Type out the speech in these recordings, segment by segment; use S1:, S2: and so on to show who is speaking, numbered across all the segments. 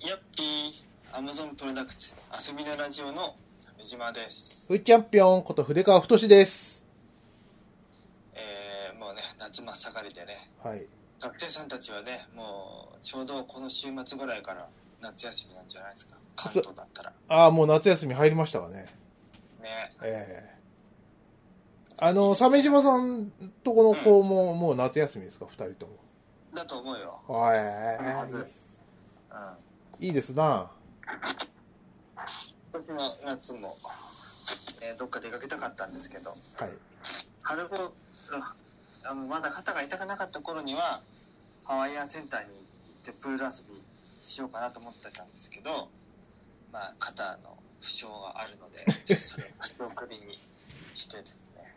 S1: やっぴー、アマゾンプロダクツ、遊びのラジオの鮫島です。
S2: うっちゃんぴょんこと筆川太です。
S1: えー、もうね、夏真っ盛りでね、
S2: はい。
S1: 学生さんたちはね、もう、ちょうどこの週末ぐらいから夏休みなんじゃないですか。関東だったら。
S2: ああ、もう夏休み入りましたかね。
S1: ね。
S2: ええあの、鮫島さんとこの子も、もう夏休みですか、二人と
S1: だと思うよ。
S2: も。はい、
S1: うん。
S2: いいですな。
S1: 今年の夏も、えーどっか出かけたかったんですけど、
S2: はい。
S1: 春ご、うんあのまだ肩が痛くなかった頃には、ハワイアンセンターに行ってプール遊びしようかなと思ってたんですけど、まあ、肩の負傷があるので、ちょっとそれを足送りにしてですね。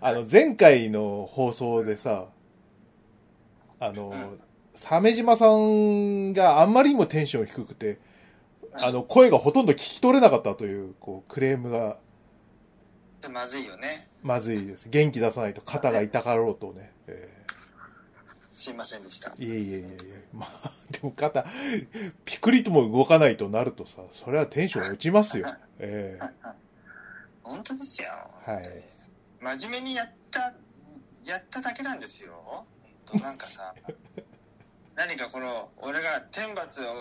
S2: あの、前回の放送でさ、あ
S1: う
S2: の
S1: ん、
S2: 鮫島さんがあんまりにもテンション低くて、あの、声がほとんど聞き取れなかったという、こう、クレームが
S1: で、まずいよね。
S2: まずいです。元気出さないと肩が痛かろうとね。え
S1: すいませんでした。
S2: えいえいえいえいえ。まあ、 でも肩、ピクリとも動かないとなるとさ、それはテンション落ちますよ。ええ
S1: 本当ですよ。。
S2: はい
S1: 真面目にやった、やっただけなんですよ。本当なんか さ、何かこの、俺が天罰を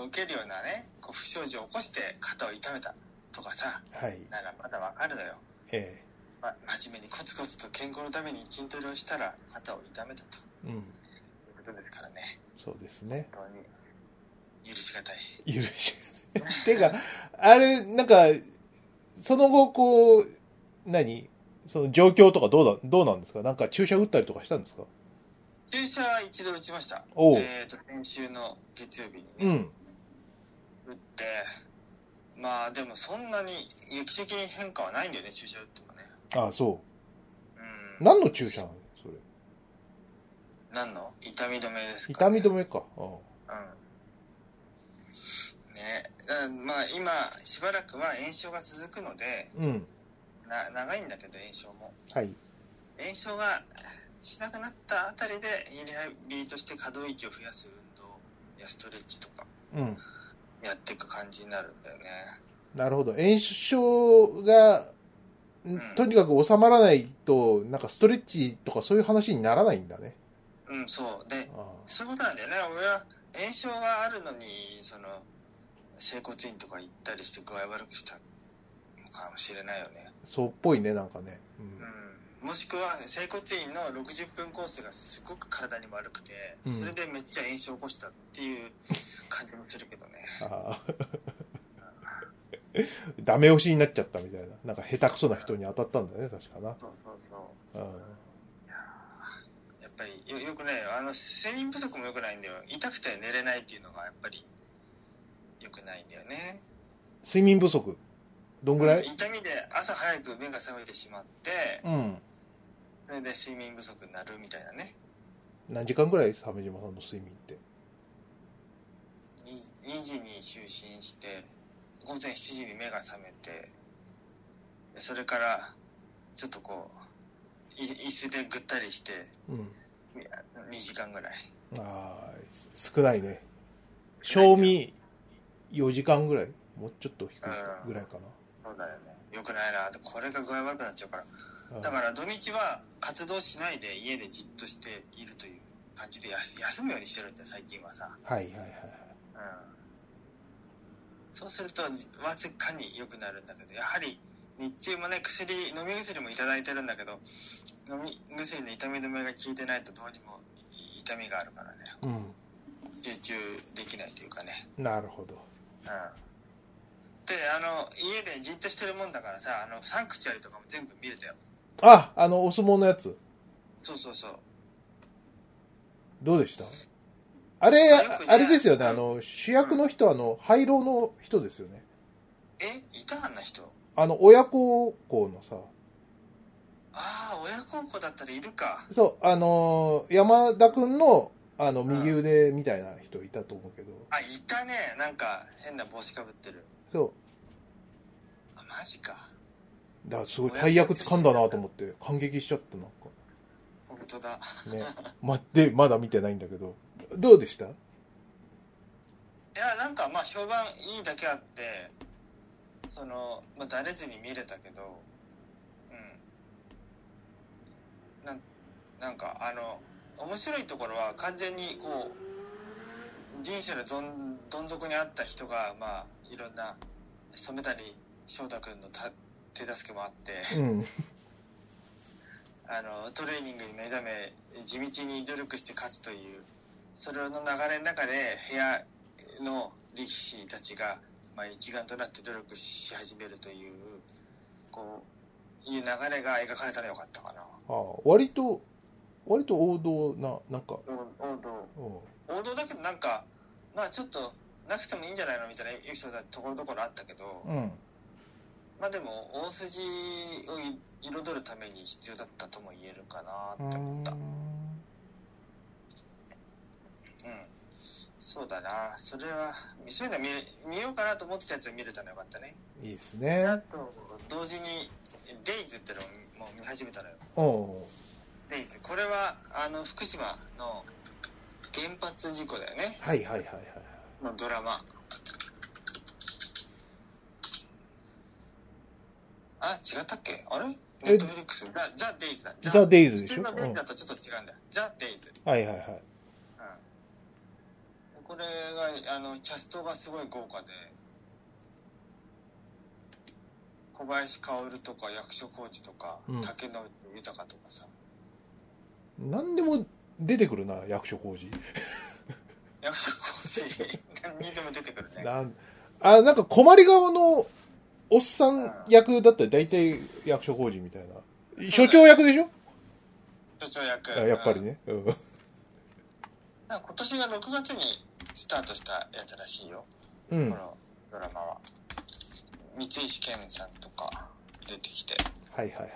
S1: を受けるようなね、こう不祥事を起こして肩を痛めたとかさ、
S2: はい。
S1: ならまだわかるのよ。
S2: え
S1: ま、真面目にコツコツと健康のために筋トレをしたら肩を痛めたと
S2: えうん。
S1: いうことですからね。
S2: そうですね。
S1: 本当に許しがたい。
S2: 許し。 てか、あれ、なんか、その後、こう、何その状況とかどうだ、どうなんですかなんか注射打ったりとかしたんですか
S1: 注射は一度打ちました。
S2: おう
S1: えっ、と、先週の月曜日にね。
S2: うん。
S1: 打ってまあでもそんなに劇的に変化はないんだよね注射打ってもね
S2: ああ、そ
S1: うん
S2: う。何の注射なのそれ。
S1: 何の痛み止めですか
S2: 痛
S1: ね、
S2: み止めか。うん。
S1: うんねだからまあ今しばらくは炎症が続くので
S2: うん。
S1: な長いんだけど炎症も
S2: はい。
S1: 炎症がしなくなったあたりでリハビリとして可動域を増やす運動やストレッチとか
S2: うん。
S1: やっていく感じになるんだよね
S2: なるほど。炎症が、ん
S1: ん
S2: とにかく収まらないと、なんかストレッチとかそういう話にならないんだね。
S1: うんそうで
S2: あ
S1: そういうことなんだよね俺は炎症があるのにその整骨院とか行ったりして具合悪くしたのかもしれないよね、
S2: そうっぽいね、なんかね。
S1: うん、もしくは整骨院の60分コースがすごく体に悪くて、
S2: うん
S1: それでめっちゃ炎症を起こしたっていう感じもするけどね
S2: うん。あ ーダメ押しになっちゃったみたいな。なんか下手くそな人に当たったんだね、確かな。
S1: そうそうそ
S2: うん、
S1: うやっぱりよよくないよあの睡眠不足もよくないんだよ痛くて寝れないっていうのがやっぱりよくないんだよね
S2: 睡眠不足。どんぐらい
S1: 痛みで朝早く目が覚めてしまって、
S2: うん。
S1: それで睡眠不足になるみたいなね
S2: 何時間ぐらい鮫島さんの睡眠って。
S1: に2時に就寝して午前7時に目が覚めてでそれからちょっとこうい椅子でぐったりして
S2: うん。
S1: 2時間ぐらい
S2: ああ、す少ないね。賞味4時間ぐらいもうちょっと低いぐらいか
S1: そうだよねよくないなってこれが具合悪くなっちゃうから
S2: な。
S1: だから土日は活動しないで家でじっとしているという感じでやす休むようにしてるんだよ最近はさ、
S2: ら。はいはいはいはい。
S1: うん、そうするとわずかに良くなるんだけどやはり日中もね薬飲み薬もいただいてるんだけど飲み薬の痛み止めが効いてないとどうにも痛みがあるからね
S2: うん。
S1: 集中できないというかね、
S2: なるほど。
S1: うん、であの家でじっとしてるもんだからさあのサンクチュアリとかも全部見れたよ
S2: あ、あの、お相撲のやつ。
S1: そうそうそう
S2: どうでしたあれ、
S1: よくね
S2: あれですよね。あの、主役の人、あの、廃炉の人ですよね。
S1: えいたあんな人
S2: あの、親孝行のさ、
S1: ああ親孝行だったらいるか
S2: そう、あのー、山田くんの、あの、右腕みたいな人いたと思うけど、
S1: あいたねなんか変な帽子かぶってる
S2: そ
S1: あマジか
S2: う、だからすごい大役掴んだなと思って、感激しちゃった、なん
S1: 本当だ
S2: か。ね。ま、で、まだ見てないんだけど、どうでした
S1: いや、なんなんかまあ評判いいだけあってその、まあ、だれずに見れたけどうんなんなんかあの面白いところは完全にこう人生のどんどん底にあった人がまあいろんな染谷翔太君のた手助けもあって。
S2: うん。
S1: あのトレーニングに目覚め地道に努力して勝つというそれの流れの中で部屋の力士たちが、まあ、一丸となって努力し始めるというこういう流れが描かれたらよかったかな。
S2: ああ、割と、割と王道な、なんか、
S1: 王道
S2: うん。
S1: 王道だけどなんかまあちょっとなくてもいいんじゃないのみたいなエピソードはところどころあったけど、
S2: うん。
S1: まあでも大筋をい彩るために必要だったとも言えるか
S2: う
S1: な
S2: ー
S1: って思った。
S2: ん
S1: うん、そうだなそれはそういうの見れ見ようかなと思ってたやつを見れたのよかったね
S2: いいですね。
S1: 同時に「デイズってのをもう見始めたのよ
S2: うん。
S1: 「デイズこれはあの福島の原発事故だよね
S2: はいはいはいはい。
S1: のドラマあ違ったっけあれネ
S2: え
S1: ットフリックスザ・ザ・デイズだ
S2: ザ・デイズでし
S1: 普通
S2: ょ、
S1: の
S2: う
S1: デイズ
S2: ん、
S1: だとちょっと違うんだ、ザ・デイズ
S2: はいはいはい。
S1: うんこれがあのキャストがすごい豪華で小林薫とか役所広司とか、
S2: うん
S1: 竹野内豊とかさ
S2: 何でも出てくるな、役所工事。
S1: 役所広司何にでも出てくるね
S2: なんあ、なんか困り顔のおっさ
S1: うん
S2: ん役だったら大体役所工事みたいな。所長役でしょ
S1: 所長役
S2: あやっぱり
S1: うん
S2: ね。うん。
S1: なんか今年が6月にスタートしたやつらしいよ、
S2: うん
S1: こ。のドラマは三石健さんとか出てきて
S2: はいはいはい。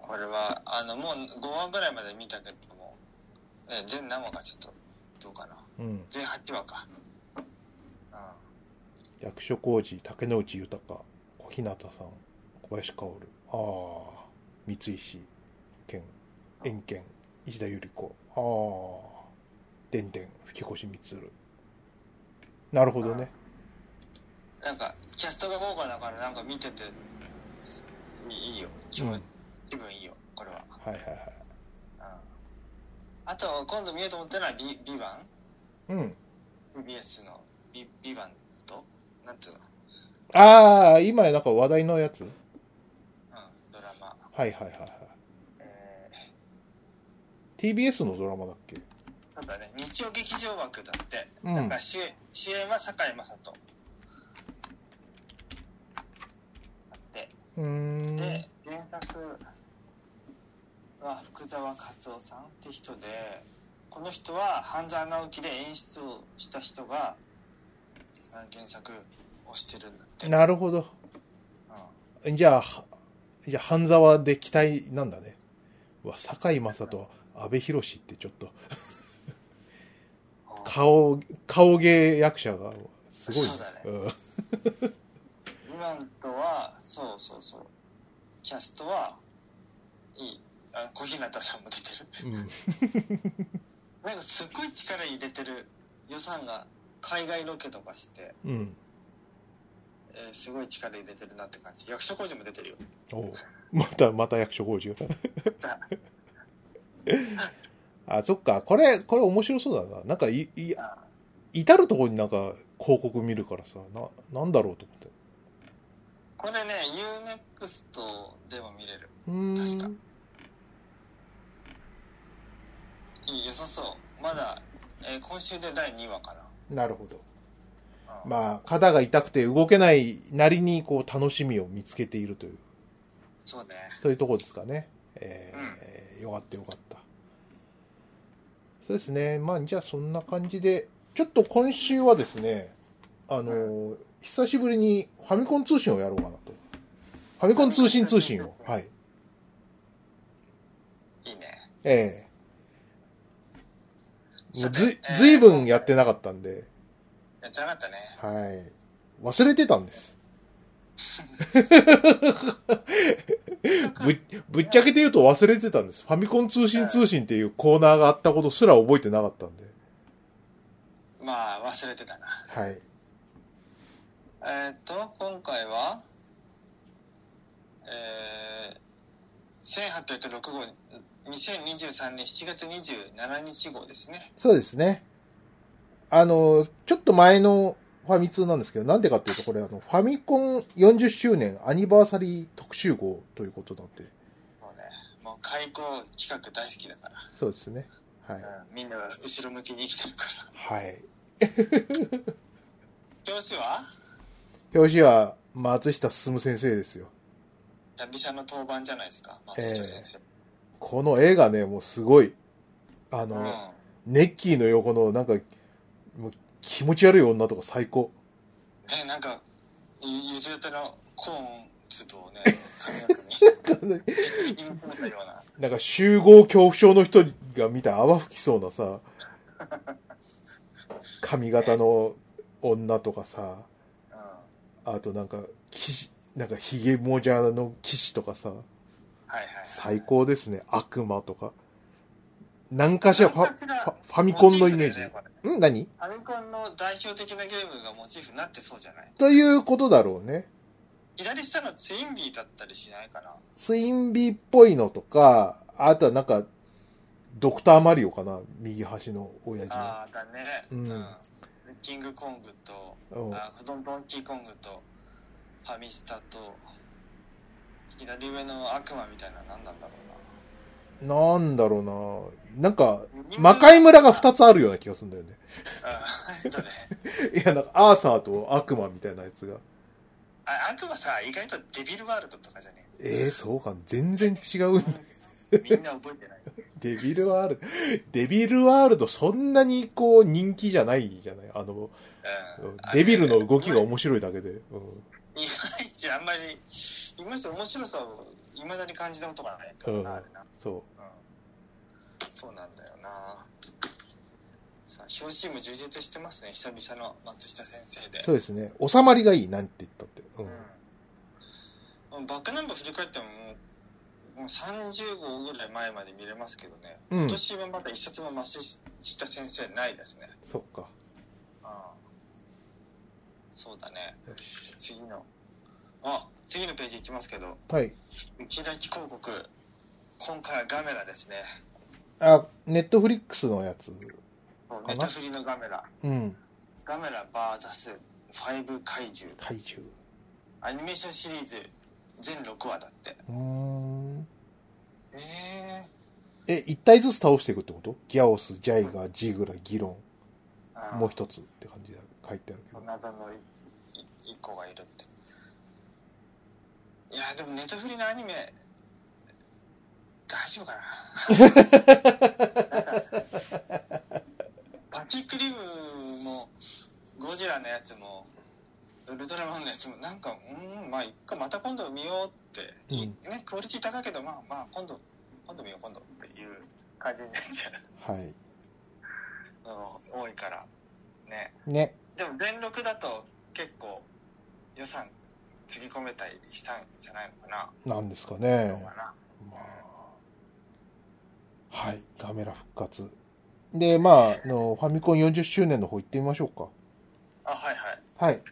S1: これはあのもう5話ぐらいまで見たけどもえ全何話かちょっとどうかな
S2: うん。
S1: 全8話か、うん、
S2: 役所広司、竹野内豊、小日向さん、小林薫、ああ、三石健、円健、石田ゆり子、ああ、でんでん、吹越光なるほどね。
S1: なんかキャストが豪華だからなんか見ててすいいよ気分,、
S2: うん
S1: 気分いいよこれは、
S2: はいはいはい。
S1: うん、あと今度見ようと思ったのは「ビビバ
S2: うん。
S1: ン BBS の「ビビバンとなんていうの、
S2: ああ、今なんか話題のやつ
S1: うん、ドラマ、
S2: はいはいはいはい。
S1: え
S2: TBS のドラマだっけ
S1: ー、なんだね日曜劇場枠だって、
S2: うん
S1: なんか主演主演は堺雅人あって
S2: うーん。
S1: で原作は福沢克夫さんって人でこの人は半沢直樹で演出をした人があ原作をしてるんだって
S2: なるほど。
S1: うん
S2: じゃあ、はじゃあ、半沢で期待なんだね。うわ、堺雅人、阿部寛ってちょっと、顔、顔芸役者が、すごい、
S1: そうだね
S2: うん。
S1: 今のとはそうそうそうキャストはいいあ小日向さんも出てる
S2: うん
S1: なんかすっごい力入れてる予算が海外ロケとかして、
S2: うん。
S1: えーすごい力入れてるなって感じ役所工事も出てるよ
S2: おうまた、また役所工事 が。あ、そっか。これ、これ面白そうだな。なんかい、い、至るところになんか広告見るからさ、な、なんだろうと思って。
S1: これね UNEXT でも見れる
S2: うーん。
S1: 確いい良さそうまだ、えー今週で第2話か
S2: なるほど。
S1: な、うん
S2: まあ、肩が痛くて動けないなりに、こう、楽しみを見つけているという、
S1: そうね
S2: そういうところですかね。えーよかったよかった。そうですね。まあ、じゃあそんな感じで、ちょっと今週はですね、あのー久しぶりにファミコン通信をやろうかなと。ファミコン通信通信を。はい。
S1: いいね
S2: ええもうずい
S1: さて、
S2: ずいぶんやってなかったんで、
S1: やってなかったね
S2: はい。忘れてたんです。 ぶ、ぶっちゃけて言うと忘れてたんです。ファミコン通信通信っていうコーナーがあったことすら覚えてなかったんで。
S1: まあ忘れてたな
S2: はい。
S1: えーっと今回はえー、1806号2023年7月27日号ですね
S2: そうですね。あの、ちょっと前のファミ通なんですけど、なんでかっていうと、これ、あの、ファミコン40周年アニバーサリー特集号ということなんで、
S1: もうねもう開校企画大好きだか
S2: そうですね。はい。
S1: ら、うん、みんなが後ろ向きに生きてるから
S2: はい。
S1: 表紙は
S2: 表紙は、松下進先生ですよ。
S1: 久々の登板じゃないですか松下先生、
S2: この絵がね、もうすごい、あの、
S1: うん
S2: ネッキーの横の、なんか、もう気持ち悪い女とか最高。
S1: ねなんかゆゆずれたのコーン粒をね髪の毛にイ ン込めたような
S2: なんか集合恐怖症の人が見たら泡吹きそうなさ、髪型の女とかさ、
S1: は
S2: あとなんか、騎士、なんかヒゲモジャの騎士とかさ、
S1: いはいはい
S2: 最高ですね。悪魔とか。何かしらファファファミコンのイメージ。
S1: モチフだよねこ
S2: ん何
S1: れファミコンの代表的なゲームがモチーフになってそうじゃない
S2: ということだろうね。
S1: 左下のツインビーだったりしないかな
S2: ツインビーっぽいのとか、あとはなんか、ドクターマリオかな右端の親父の
S1: ああだね
S2: うん
S1: キングコングと。
S2: うん
S1: あドンドンキーコングとファミスタと左上の悪魔みたいな何なんだろ
S2: なんだろうななんか、
S1: うな
S2: 魔界村が2つあるような気がするんだよね。
S1: うんどれ
S2: いや、なんか、アーサーと悪魔みたいなやつが。
S1: あ悪魔さ意外とデビルワールドとかじゃね
S2: えー、そうか。全然違うんだ。
S1: みんな覚えてない
S2: デビルワールド、デビルワールドそんなにこう人気じゃないじゃないあの、
S1: うん
S2: デビルの動きが面白いだけで。う
S1: いまいちあんまりいまいち面白さをいまだに感じたことがないからな,、
S2: うん
S1: あれな
S2: そ
S1: うんそうなんだよなさあ表紙も充実してますね久々の松下先生で
S2: う。そうですね。収まりがいい、なんて言ったって。うん。
S1: うんもうバックナンバー振り返ってももうもう30号ぐらい前まで見れますけどね、
S2: うん
S1: 今年はまだ一冊も松下先生ないですね
S2: そっか。
S1: そうだね
S2: よし
S1: じゃあ次のあ次のページいきますけど
S2: はい。
S1: 見開き広告今回はガメラですね
S2: あ、ネットフリックスのやつ。な
S1: ネタフリのガメラ
S2: うん。
S1: ガメラ VS5 怪獣
S2: 怪獣。
S1: アニメーションシリーズ全6話だって
S2: うーん。
S1: ええ
S2: え、一体ずつ倒していくってことギャオス、ジャイガー、ジグラ、ギロン。もう一つって感じで書いてあるけど。
S1: 謎のいい一個がいるっていやでもネトフリのアニメ大丈夫か なバチックリブもゴジラのやつもウルトラマンのやつもなんかうんまあいっかまた今度見ようって、いいねクオリティ高いけどまあまあ今度今度見よう今度っていう感じになっちゃ
S2: はい。
S1: うの多いからね
S2: ね。
S1: でも連録だと結構予算つぎ込めたりしたんじゃないのかな。
S2: なんですかね。
S1: どうかな
S2: まあ、はい、ガメラ復活。で、まあ、あのファミコン40周年の方行ってみましょう
S1: あはいはい。
S2: か。はい。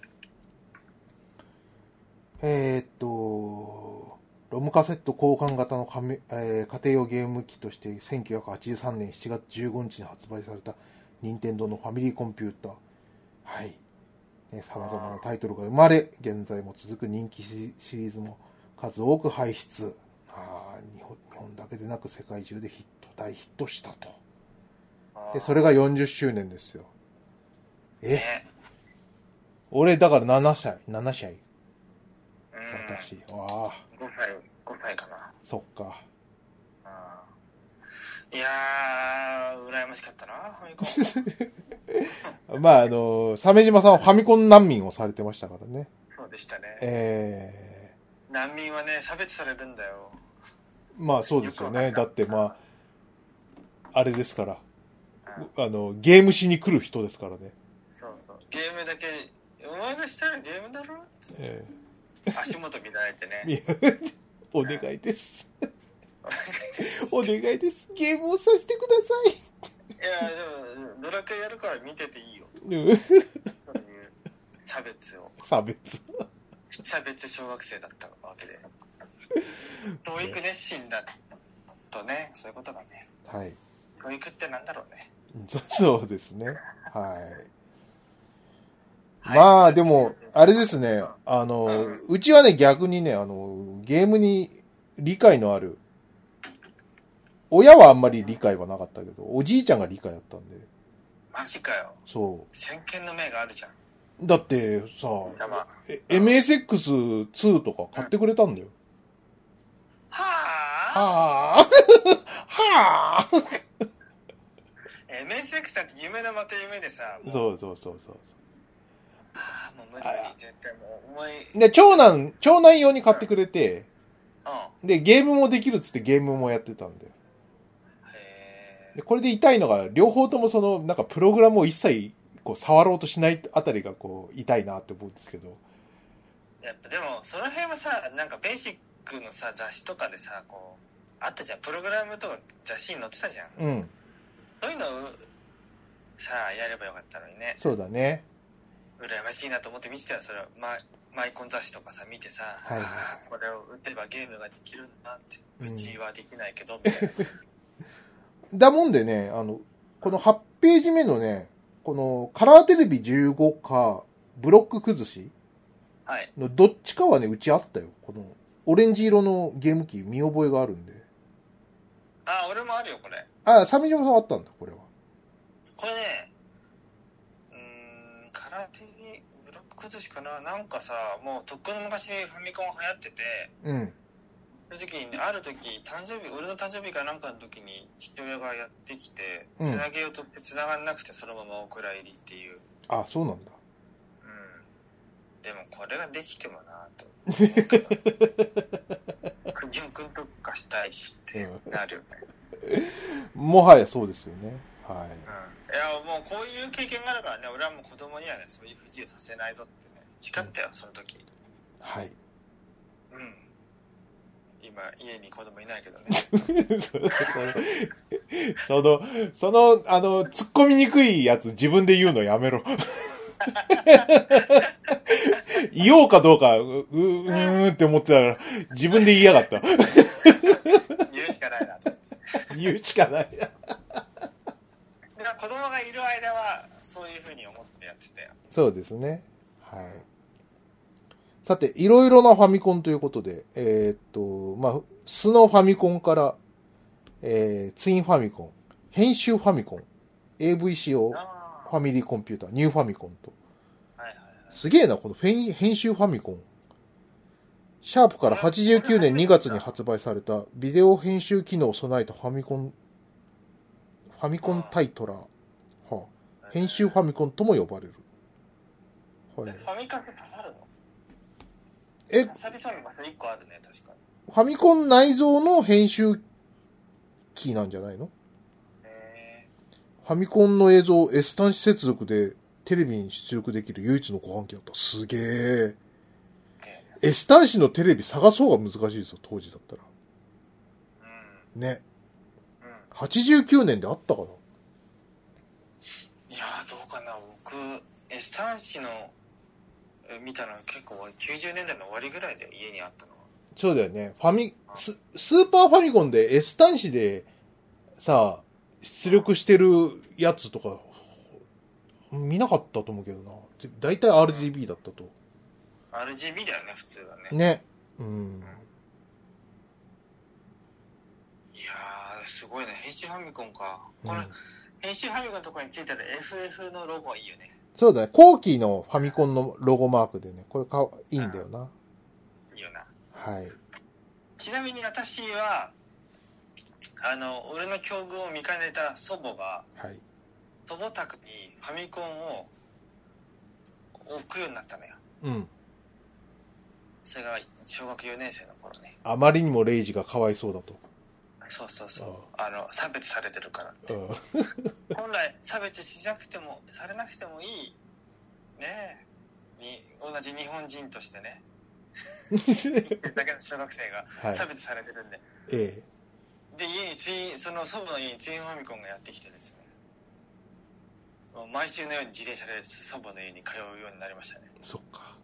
S2: えーっと、ロムカセット交換型の紙、えー家庭用ゲーム機として1983年7月15日に発売された任天堂のファミリーコンピューター。はい。ね、様々なタイトルが生まれ、現在も続く人気シシリーズも数多く輩出。あー日本日本だけでなく世界中でヒット、大ヒットしたと。で、そ
S1: れ
S2: れが40周年ですよ。え、
S1: ね。
S2: 俺だから7歳、7歳、
S1: うん。
S2: 私。わあ、
S1: 5歳、5歳かな。
S2: そっか。
S1: うんいやー、羨ましかったな、ファミコン。そう
S2: まあ、あの、鮫島さんはファミコン難民をされてましたからね。
S1: でしたね。
S2: え
S1: 難民はね、差別されるんだよ。
S2: えまあそうですよね。だってまあ、あれですから。
S1: うん
S2: あの、ゲームしに来る人ですからね。
S1: そうそう。ゲームだけ、お前がしたらゲームだろつって
S2: え
S1: 足元見られてね。
S2: えお願いです。お願いです。ゲームをさせてください。
S1: いや、でも、ドラクエやるから見てていいよ。
S2: うん
S1: そういう差別を
S2: 差別。
S1: 差別小学生だったわ けで教育熱心だとねそういうことがね
S2: はい。
S1: 教育ってなんだろうね
S2: そそうですね。はい。
S1: はい
S2: まあでも、あれですね、あの
S1: うん、
S2: うちはね逆にね、あの、ゲームに理解のある、親はあんまり理解はなかったけど、おじいちゃんが理解だったんで、
S1: マジかよ
S2: そ
S1: 先見の明があるじゃん
S2: う。だってさ、
S1: 貴様は
S2: え MSX2 とか買ってくれたんだよ。
S1: あ
S2: はあはあ
S1: MSX だって夢のまた夢でさもう
S2: そうそうそうそう。
S1: ああもう無理無理絶対もう思い
S2: で、長男、長男用に買ってくれて、
S1: うん
S2: で、ゲームもできるっつってゲームもやってたんだよ。
S1: へえ
S2: で、これで痛いのが、両方ともその、なんかプログラムを一切、こう、触ろうとしないあたりが、こう、痛いなって思うんですけど。
S1: やっぱでもその辺はさなんかベーシックのさ雑誌とかでさこうあったじゃんプログラムとか雑誌に載ってたじゃん
S2: うん。
S1: そういうのをさあやればよかったのにね
S2: そうだね。
S1: 羨ましいなと思って見てたよそれはマイマイコン雑誌とかさ見てさ、
S2: はいはい
S1: あーこれを打てばゲームができるんだって、
S2: う
S1: うんちはできないけどみたいな
S2: だもんでね、あの、この8ページ目のね、この、カラーテレビ15か、ブロック崩し
S1: はい
S2: のどっちかはね、うちあったよ。この、オレンジ色のゲーム機、見覚えがあるんで。
S1: ああ俺もあるよこれ
S2: あ、サメジャムさんあったんだ、これは。
S1: これねうーんカラーテレビブロック崩しかななんかさもうとっくの昔ファミコン流行ってて
S2: うん。
S1: 正直ねある時誕生日俺の誕生日かなんかの時に父親がやってきて
S2: うん
S1: つなげようとってつながんなくてそのままお蔵入りっていう
S2: あ、そうなんだ。
S1: うんでもこれができてもなぁと 思う。くじゅんくんとかしたいしってなるよね。
S2: もはやそうですよね。は
S1: うん。いや、もうこういう経験があるからね、俺はもう子供にはね、そういう不自由させないぞってね、誓ったよ、その時。
S2: い。はい。
S1: うん。今、家に子供いないけどね。
S2: その、その、あの、突っ込みにくいやつ自分で言うのやめろ。 言おうかどうか、う、ううーんって思ってたから、自分で言いやがった。
S1: 言うしかない なと。だ
S2: 言うしかない。
S1: から子供がいる間は、そういうふうに思ってやってたよ。
S2: そうですね。はい。さて、いろいろなファミコンということで、えーっと、まあ、素のファミコンから、えー、ツインファミコン、編集ファミコン、AV 仕様、
S1: あ
S2: ファミリーコンピューター、ニューファミコンと、
S1: あ。はいはいはい。
S2: すげえな、このフェン編集ファミコン。シャープから89年2月に発売されたビデオ編集機能を備えたファミコン、ファミコンタイトラー。はあ、編集ファミコンとも呼ばれる。は
S1: え
S2: い
S1: フ、ァミカンって刺さるの
S2: え、
S1: 刺さりそうな場所1個あるね、確かに。
S2: ファミコン内蔵の編集機なんじゃないの
S1: え
S2: ファミコンの映像を S 端子接続でテレビに出力できる唯一のご飯機だった。すげえ。
S1: ー、で
S2: S 端子のテレビ探そうが難しいですよ、当時だったら。
S1: う
S2: ね。
S1: ん。うん。
S2: 89年であったかない
S1: やーどうかな僕 S 端子のえ見たのは結構90年代の終わりぐらいで家にあったのは
S2: そうだよね。ファミ、ススーパーファミコンで S 端子でさ、出力してるやつとか、見なかったと思うけどな。だいたい RGB だったと。
S1: RGB だよね普通はね
S2: ね。うん。
S1: いやーすごいね編集ファミコンか
S2: うん
S1: この、編集ファミコンのところについてる FF のロゴいいよね
S2: そうだね。後期のファミコンのロゴマークでね、これか、いいんだよな。
S1: いいよな
S2: はい。
S1: ちなみに私はあの俺の境遇を見かねた祖母が
S2: はい。
S1: 祖母宅にファミコンを置くようになったのよ
S2: うん。
S1: それが小学4年生の頃ね
S2: あまりにもレイジがかわいそうだと。
S1: そうそうそうあの差別されてる から
S2: うん。
S1: 本来差別しなくてもされなくてもいいねえに同じ日本人として ねだけの小学生
S2: は
S1: が
S2: い
S1: 差別されてるんで、
S2: ええ。
S1: で家にツインその祖母の家にツインファミコンがやってきてですねもう毎週のように自転車で祖母の家に通うようになりましたね
S2: そっか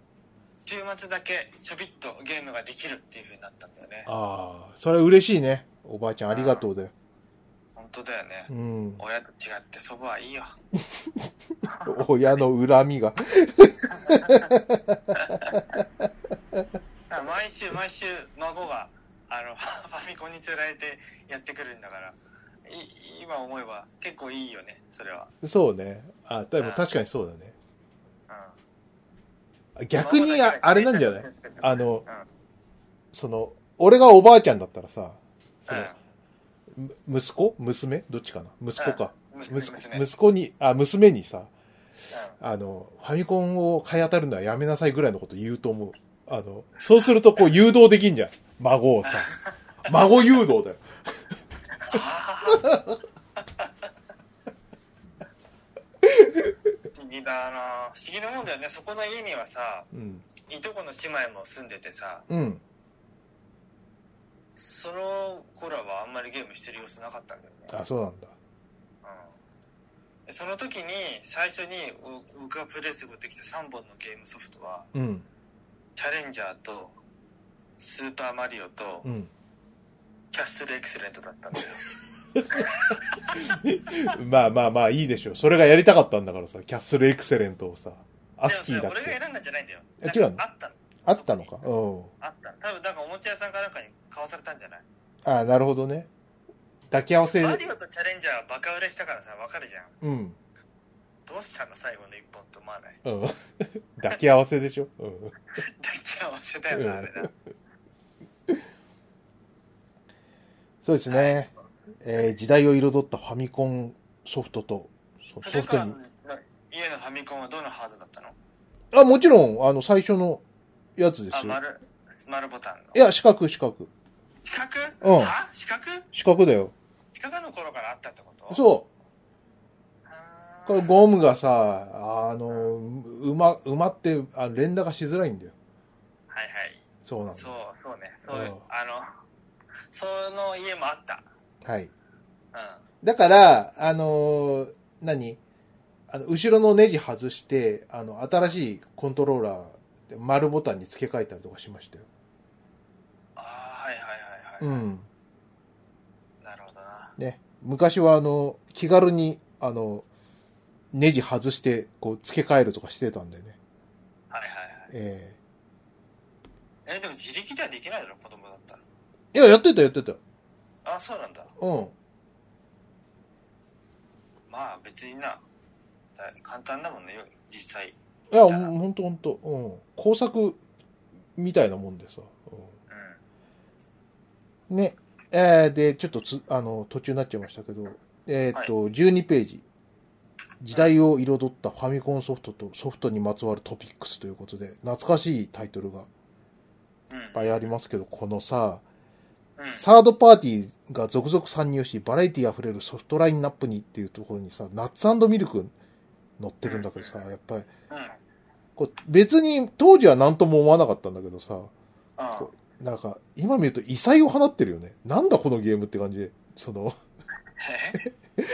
S1: 週末だけちょびっとゲームができるっていう風になったんだよね
S2: ああそれは嬉しいねおばあちゃんありがとうだよ
S1: 本当だよね、
S2: うん
S1: 親と違って祖母はいいよ
S2: 親の恨みが
S1: だから毎週毎週孫があの ファミコンに連れられてやってくるんだからい今思えば結構いいよねそれは、
S2: そうねあでも
S1: うん
S2: 確かにそうだね
S1: うん、
S2: 逆にああれなんじゃないあの
S1: うん、
S2: その俺がおばあちゃんだったらさその
S1: うん
S2: む息子娘どっちかな息子か、
S1: 娘
S2: 息
S1: 娘
S2: 子息子にあ娘にさあのファミコンを買い当たるのはやめなさいぐらいのこと言うと思うあのそうするとこう誘導できんじゃん孫 をさ孫誘導だよ
S1: 不思議だな不思議なもんだよねそこの家にはさ
S2: うん
S1: いとこの姉妹も住んでてさ
S2: うん
S1: その子らはあんまりゲームしてる様子なかったんだよね
S2: あそうなんだ
S1: うんでその時に最初にう僕がプレイすることできた3本のゲームソフトは
S2: うん
S1: チャレンジャーとスーパーマリオと
S2: うん
S1: キャッスルエクセレントだったんだよ
S2: まあまあまあいいでしょうそれがやりたかったんだからさキャッスルエクセレントをさアスキー
S1: で
S2: だ
S1: も
S2: っ
S1: それ俺
S2: け
S1: が選んだんじゃないんだよ
S2: え
S1: なん
S2: 違うの
S1: かあったの
S2: あったのか
S1: そこ
S2: う
S1: に
S2: ん
S1: あった多分なんかおもちゃ屋さんかなんかに買わされたんじゃない
S2: あなるほどね抱き合わせ
S1: マリオとチャレンジャーはバカ売れしたからさわかるじゃん
S2: うん
S1: どうしたの最後の一本と思わない
S2: うん 抱き合わせでしょ、うん、
S1: 大体合わせだよなあれな
S2: そうですね、えー時代を彩ったファミコンソフトとそソ
S1: 古
S2: フト
S1: 川
S2: に
S1: の家のファミコンはどのハードだったの
S2: あもちろんあの最初のやつです
S1: あ
S2: よ
S1: 丸丸ボタンの
S2: いや四角四角
S1: 四角
S2: うん
S1: は四角
S2: 四角だよ
S1: 四角の頃からあったってこと
S2: そう
S1: あー
S2: これゴムがさあの馬馬ってあの連打がしづらいんだよ
S1: はいはい
S2: そうなんだ
S1: そうそうねそういう
S2: うん
S1: あのその家もあった
S2: はい
S1: うん
S2: だから、あのー何あの、後ろのネジ外して、あの、新しいコントローラーで丸ボタンに付け替えたりとかしましたよ。
S1: ああはいはいはいはい、
S2: ん。
S1: なるほどな
S2: ね。昔は、あの、気軽に、あの、ネジ外して、こう、付け替えるとかしてたんだよね。
S1: はいはいはい
S2: え
S1: えでも自力ではできないだろ子供だったら
S2: えいや、やってた、やってた。
S1: あそうなんだ
S2: うん。
S1: まあ別になだ簡単だもんねよ実際
S2: いや、
S1: したら
S2: ほんほんとほんと。うん。工作みたいなもんでさ。うん
S1: う
S2: ね。えーで、ちょっとつ、あの、途中になっちゃいましたけど、えーっと、12ページ。時代を彩ったファミコンソフトとソフトにまつわるトピックスということで、懐かしいタイトルがいっ
S1: んうん
S2: ぱいありますけど、このさ、
S1: うん
S2: サードパーティーが続々参入し、バラエティ溢れるソフトラインナップにっていうところにさ、ナッツミルク乗ってるんだけどさ、やっぱり、
S1: うん
S2: こう別に当時は何とも思わなかったんだけどさ、
S1: あ
S2: こうなんか今見ると異彩を放ってるよね。なんだこのゲームって感じで、その、
S1: え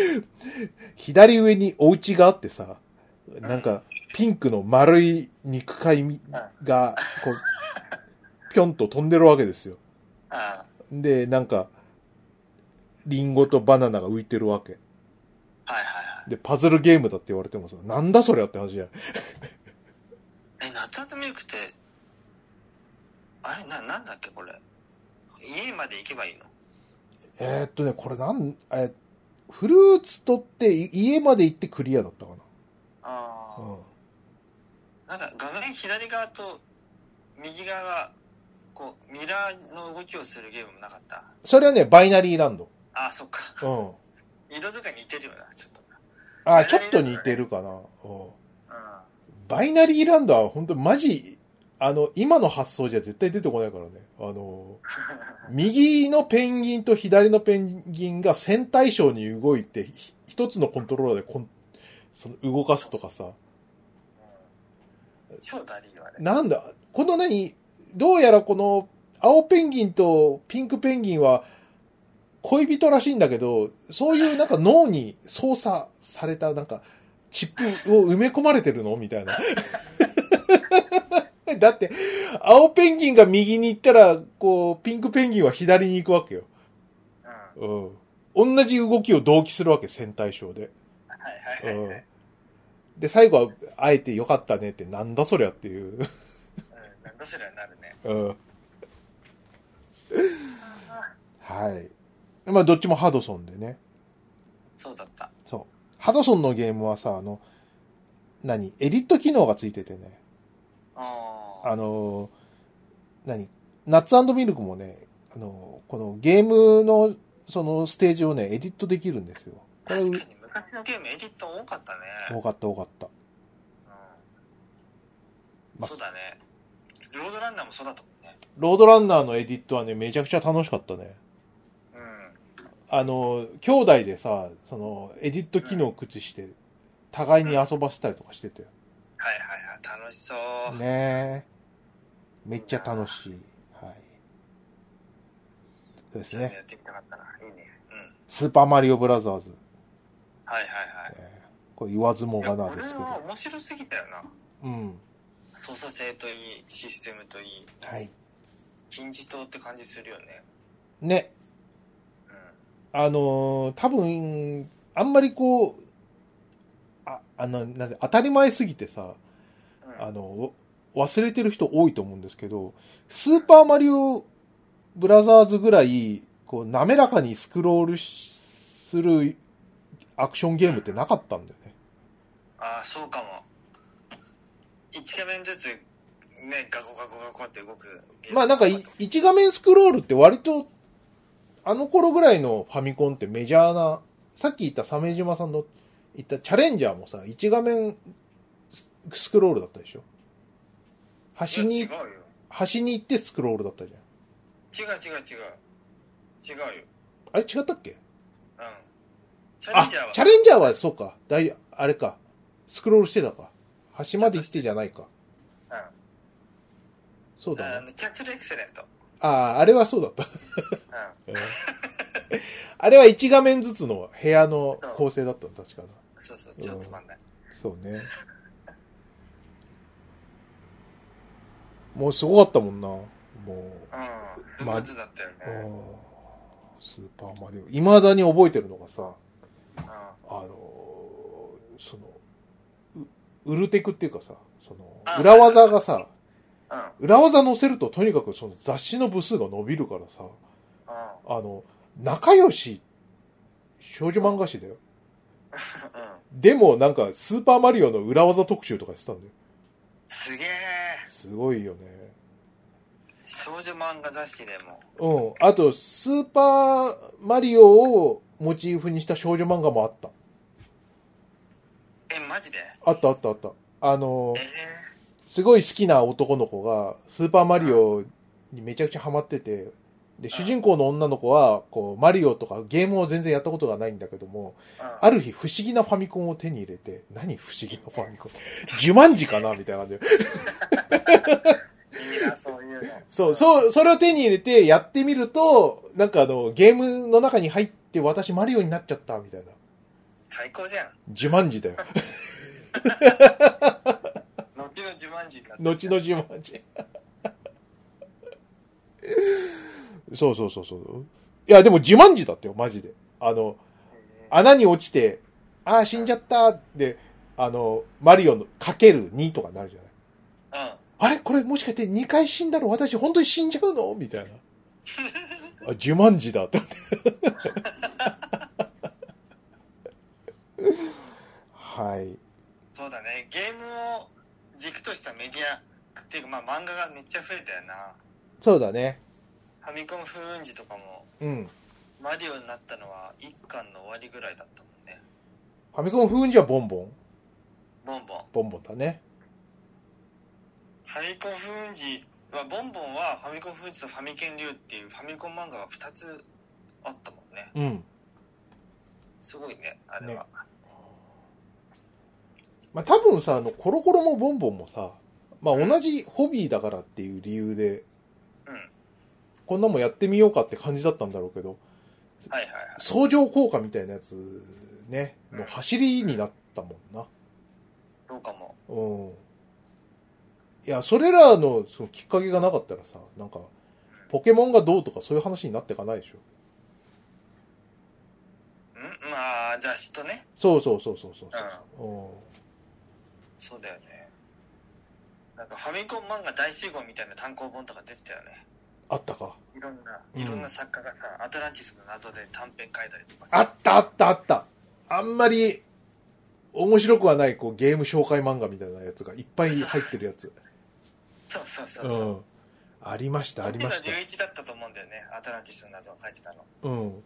S2: 左上にお家があってさ、なんか、ピンクの丸い肉塊みが、こう、ぴょんと飛んでるわけですよ。
S1: あ
S2: で、なんか、リンゴとバナナが浮いてるわけ。
S1: あはいはいはい
S2: で、パズルゲームだって言われてもさ、なんだそれって話じゃん。
S1: えナッツミルクってあれななんだっけこれ家まで行けばいいの
S2: えーっとね、これなん、えーフルーツ取ってい家まで行ってクリアだったか
S1: あ
S2: な。うん。
S1: なんか画面左側と右側がこうミラーの動きをするゲームもなかった
S2: それはね、バイナリーランド。
S1: ああそっか
S2: うん。
S1: 色使い似てるよなちょっと
S2: あー、ちょっと似てるかな。うん。バイナリーランドは本当マジ、あの、今の発想じゃ絶対出てこないからね。あの、右のペンギンと左のペンギンが線対称に動いて、ひ一つのコントローラーでこんその動かすとかさ。
S1: うん超ダリーよあれ
S2: なんだ、この何、どうやらこの青ペンギンとピンクペンギンは恋人らしいんだけど、そういうなんか脳に操作されたなんかチップを埋め込まれてるのみたいな。 だって、青ペンギンが右に行ったら、こう、ピンクペンギンは左に行くわけよ。
S1: うん。は
S2: うん。同じ動きを同期するわけ、線対称で。
S1: いうはいはい。うん
S2: ん。で、最後は、あえてよかったねって、なんだそりゃっていう。
S1: なんだそれはなるね。
S2: うん。はい。まあ、どっちもハドソンでね。
S1: そうだった。
S2: ハドソンのゲームはさ、あの、何エディット機能がついててね。
S1: あー
S2: あのー、何ナッツミルクもね、あのーこのゲームの、そのステージをね、エディットできるんですよ。これ、
S1: 確かに昔のゲームエディット多かったね。
S2: 多かった多かった。
S1: うん。
S2: ま
S1: そうだね。ロードランナーもそうだったもんね。
S2: ロードランナーのエディットはね、めちゃくちゃ楽しかったね。
S1: う
S2: あのー、兄弟でさ、その、エディット機能を駆使して、互いに遊ばせたりとかしてて。
S1: ん。はいはいはい。楽しそう。
S2: ねえ。めっちゃ楽しい。はい。そうですね。
S1: やってみたかったな。いいね。うん。
S2: スーパーマリオブラザーズ。
S1: はいはい
S2: えーこれ言わずも
S1: はい。
S2: がなですけ
S1: いやこれは
S2: ど。
S1: 面白すぎたよな。
S2: うん。
S1: 操作性といい、システムといい、
S2: はい。
S1: 金字塔って感じするよね。
S2: ね。
S1: うん。
S2: あのー多分、あんまりこう、あ、あの、なんて当たり前すぎてさ、
S1: うん
S2: あの、わ忘れてる人多いと思うんですけど、スーパーマリオブラザーズぐらい、こう、滑らかにスクロールしするアクションゲームってなかったんだよね。
S1: ああ、そうかも。一画面ずつ、ね、ガコガコガコって動くゲーム
S2: まあなんかい、一画面スクロールって割と、あの頃ぐらいのファミコンってメジャーな、さっき言った鮫島さんの言ったチャレンジャーもさ、一画面ススクロールだったでしょ端
S1: いや
S2: に
S1: 違う、よ。
S2: 端に行ってスクロールだったじゃん。
S1: 違う違う違う。違うよ。
S2: あれ違ったっけ
S1: うん。チャレ
S2: あ
S1: ンジャーは、、
S2: チャレンジャーはそうか。だい、あれか。スクロールしてたか。端まで行ってじゃないか。
S1: うん
S2: そうだ
S1: あ
S2: ね。
S1: のキャッチルエクセレント。
S2: ああ、あれはそうだった。
S1: う
S2: あれは一画面ずつの部屋の構成だったの確かな。
S1: ん。そうそう、超つまんない。
S2: そうね。もうすごかったもんな。もう。
S1: うん。スムーズだったよ
S2: あー
S1: ね。
S2: スーパーマリオ。未だに覚えてるのがさ、
S1: うん。
S2: あのーその、うウルテクっていうかさ、そ
S1: あ
S2: の、裏技がさ、
S1: うん。うん。
S2: 裏技乗せるととにかくその雑誌の部数が伸びるからさ、あの、仲良し、少女漫画誌だよ。
S1: うん。
S2: でもなんか、スーパーマリオの裏技特集とかしてたんだよ。
S1: すげえ。
S2: すごいよね。
S1: 少女漫画雑誌でも。
S2: うん。あと、スーパーマリオをモチーフにした少女漫画もあった。
S1: え、マジで
S2: あったあったあった。あの
S1: え、
S2: すごい好きな男の子が、スーパーマリオにめちゃくちゃハマってて、で、主人公の女の子は、こう、マリオとかゲームを全然やったことがないんだけども、
S1: えー。
S2: ある日不思議なファミコンを手に入れて、何不思議なファミコン ジュマンジかなみたいな感じで。
S1: うん。いいな、そういうの。
S2: そう、そう、それを手に入れてやってみると、なんかあの、ゲームの中に入って私マリオになっちゃった、みたいな。
S1: 最高じゃん。
S2: ジュマンジだよ。
S1: 後の自慢人だった。
S2: 後々マジ。そうそうそうそう。いや、でも自慢児だったよ、マジで。あの、
S1: えー
S2: 穴に落ちて、ああ、死んじゃったで、あの、マリオのかける2とかなるじゃない。
S1: うん。
S2: あれこれもしかして2回死んだの私本当に死んじゃうのみたいな。あ、自慢児だって。はい。
S1: そうだね。ゲームを軸としたメディアっていうか、まあ漫画がめっちゃ増えたよな。
S2: そうだね。
S1: ファミコン風雲児とかも、
S2: うん。
S1: マリオになったのは一巻の終わりぐらいだったもんね。
S2: ファミコン風雲じゃボンボン。
S1: ボンボン。
S2: ボンボンだね。
S1: ファミコン風雲児は、ボンボンはファミコン風雲児とファミケン流っていうファミコン漫画が2つあったもんね。
S2: うん。
S1: すごいね、あれは。
S2: まあ、多分さ、あの、コロコロもボンボンもさ、まあ、同じホビーだからっていう理由で、
S1: うん。
S2: こんなもんやってみようかって感じだったんだろうけど、
S1: はいはいはい。
S2: 相乗効果みたいなやつ、ね、
S1: うん
S2: の走りになったもんな。
S1: そうかも。
S2: うん。いや、それらのそのきっかけがなかったらさ、なんか、ポケモンがどうとかそういう話になっていかないでしょ。
S1: んまあ、雑誌とね。
S2: そうそうそうそうそうそう。
S1: そうだよね。なんかファミコン漫画大集合みたいな単行本とか出てたよね。
S2: うん。あったか。
S1: いろんな、
S2: うん
S1: いろんな作家がさ、アトランティスの謎で短編書いたりとか
S2: あ
S1: さ。
S2: ったあったあった。あんまり、面白くはない、こう、ゲーム紹介漫画みたいなやつがいっぱい入ってるやつ。
S1: そうそう そう
S2: う
S1: そう。
S2: ん。ありました、ありまし
S1: 星野隆一だったと思うんだよね。アトランティスの謎を書いてたの。
S2: た。うん。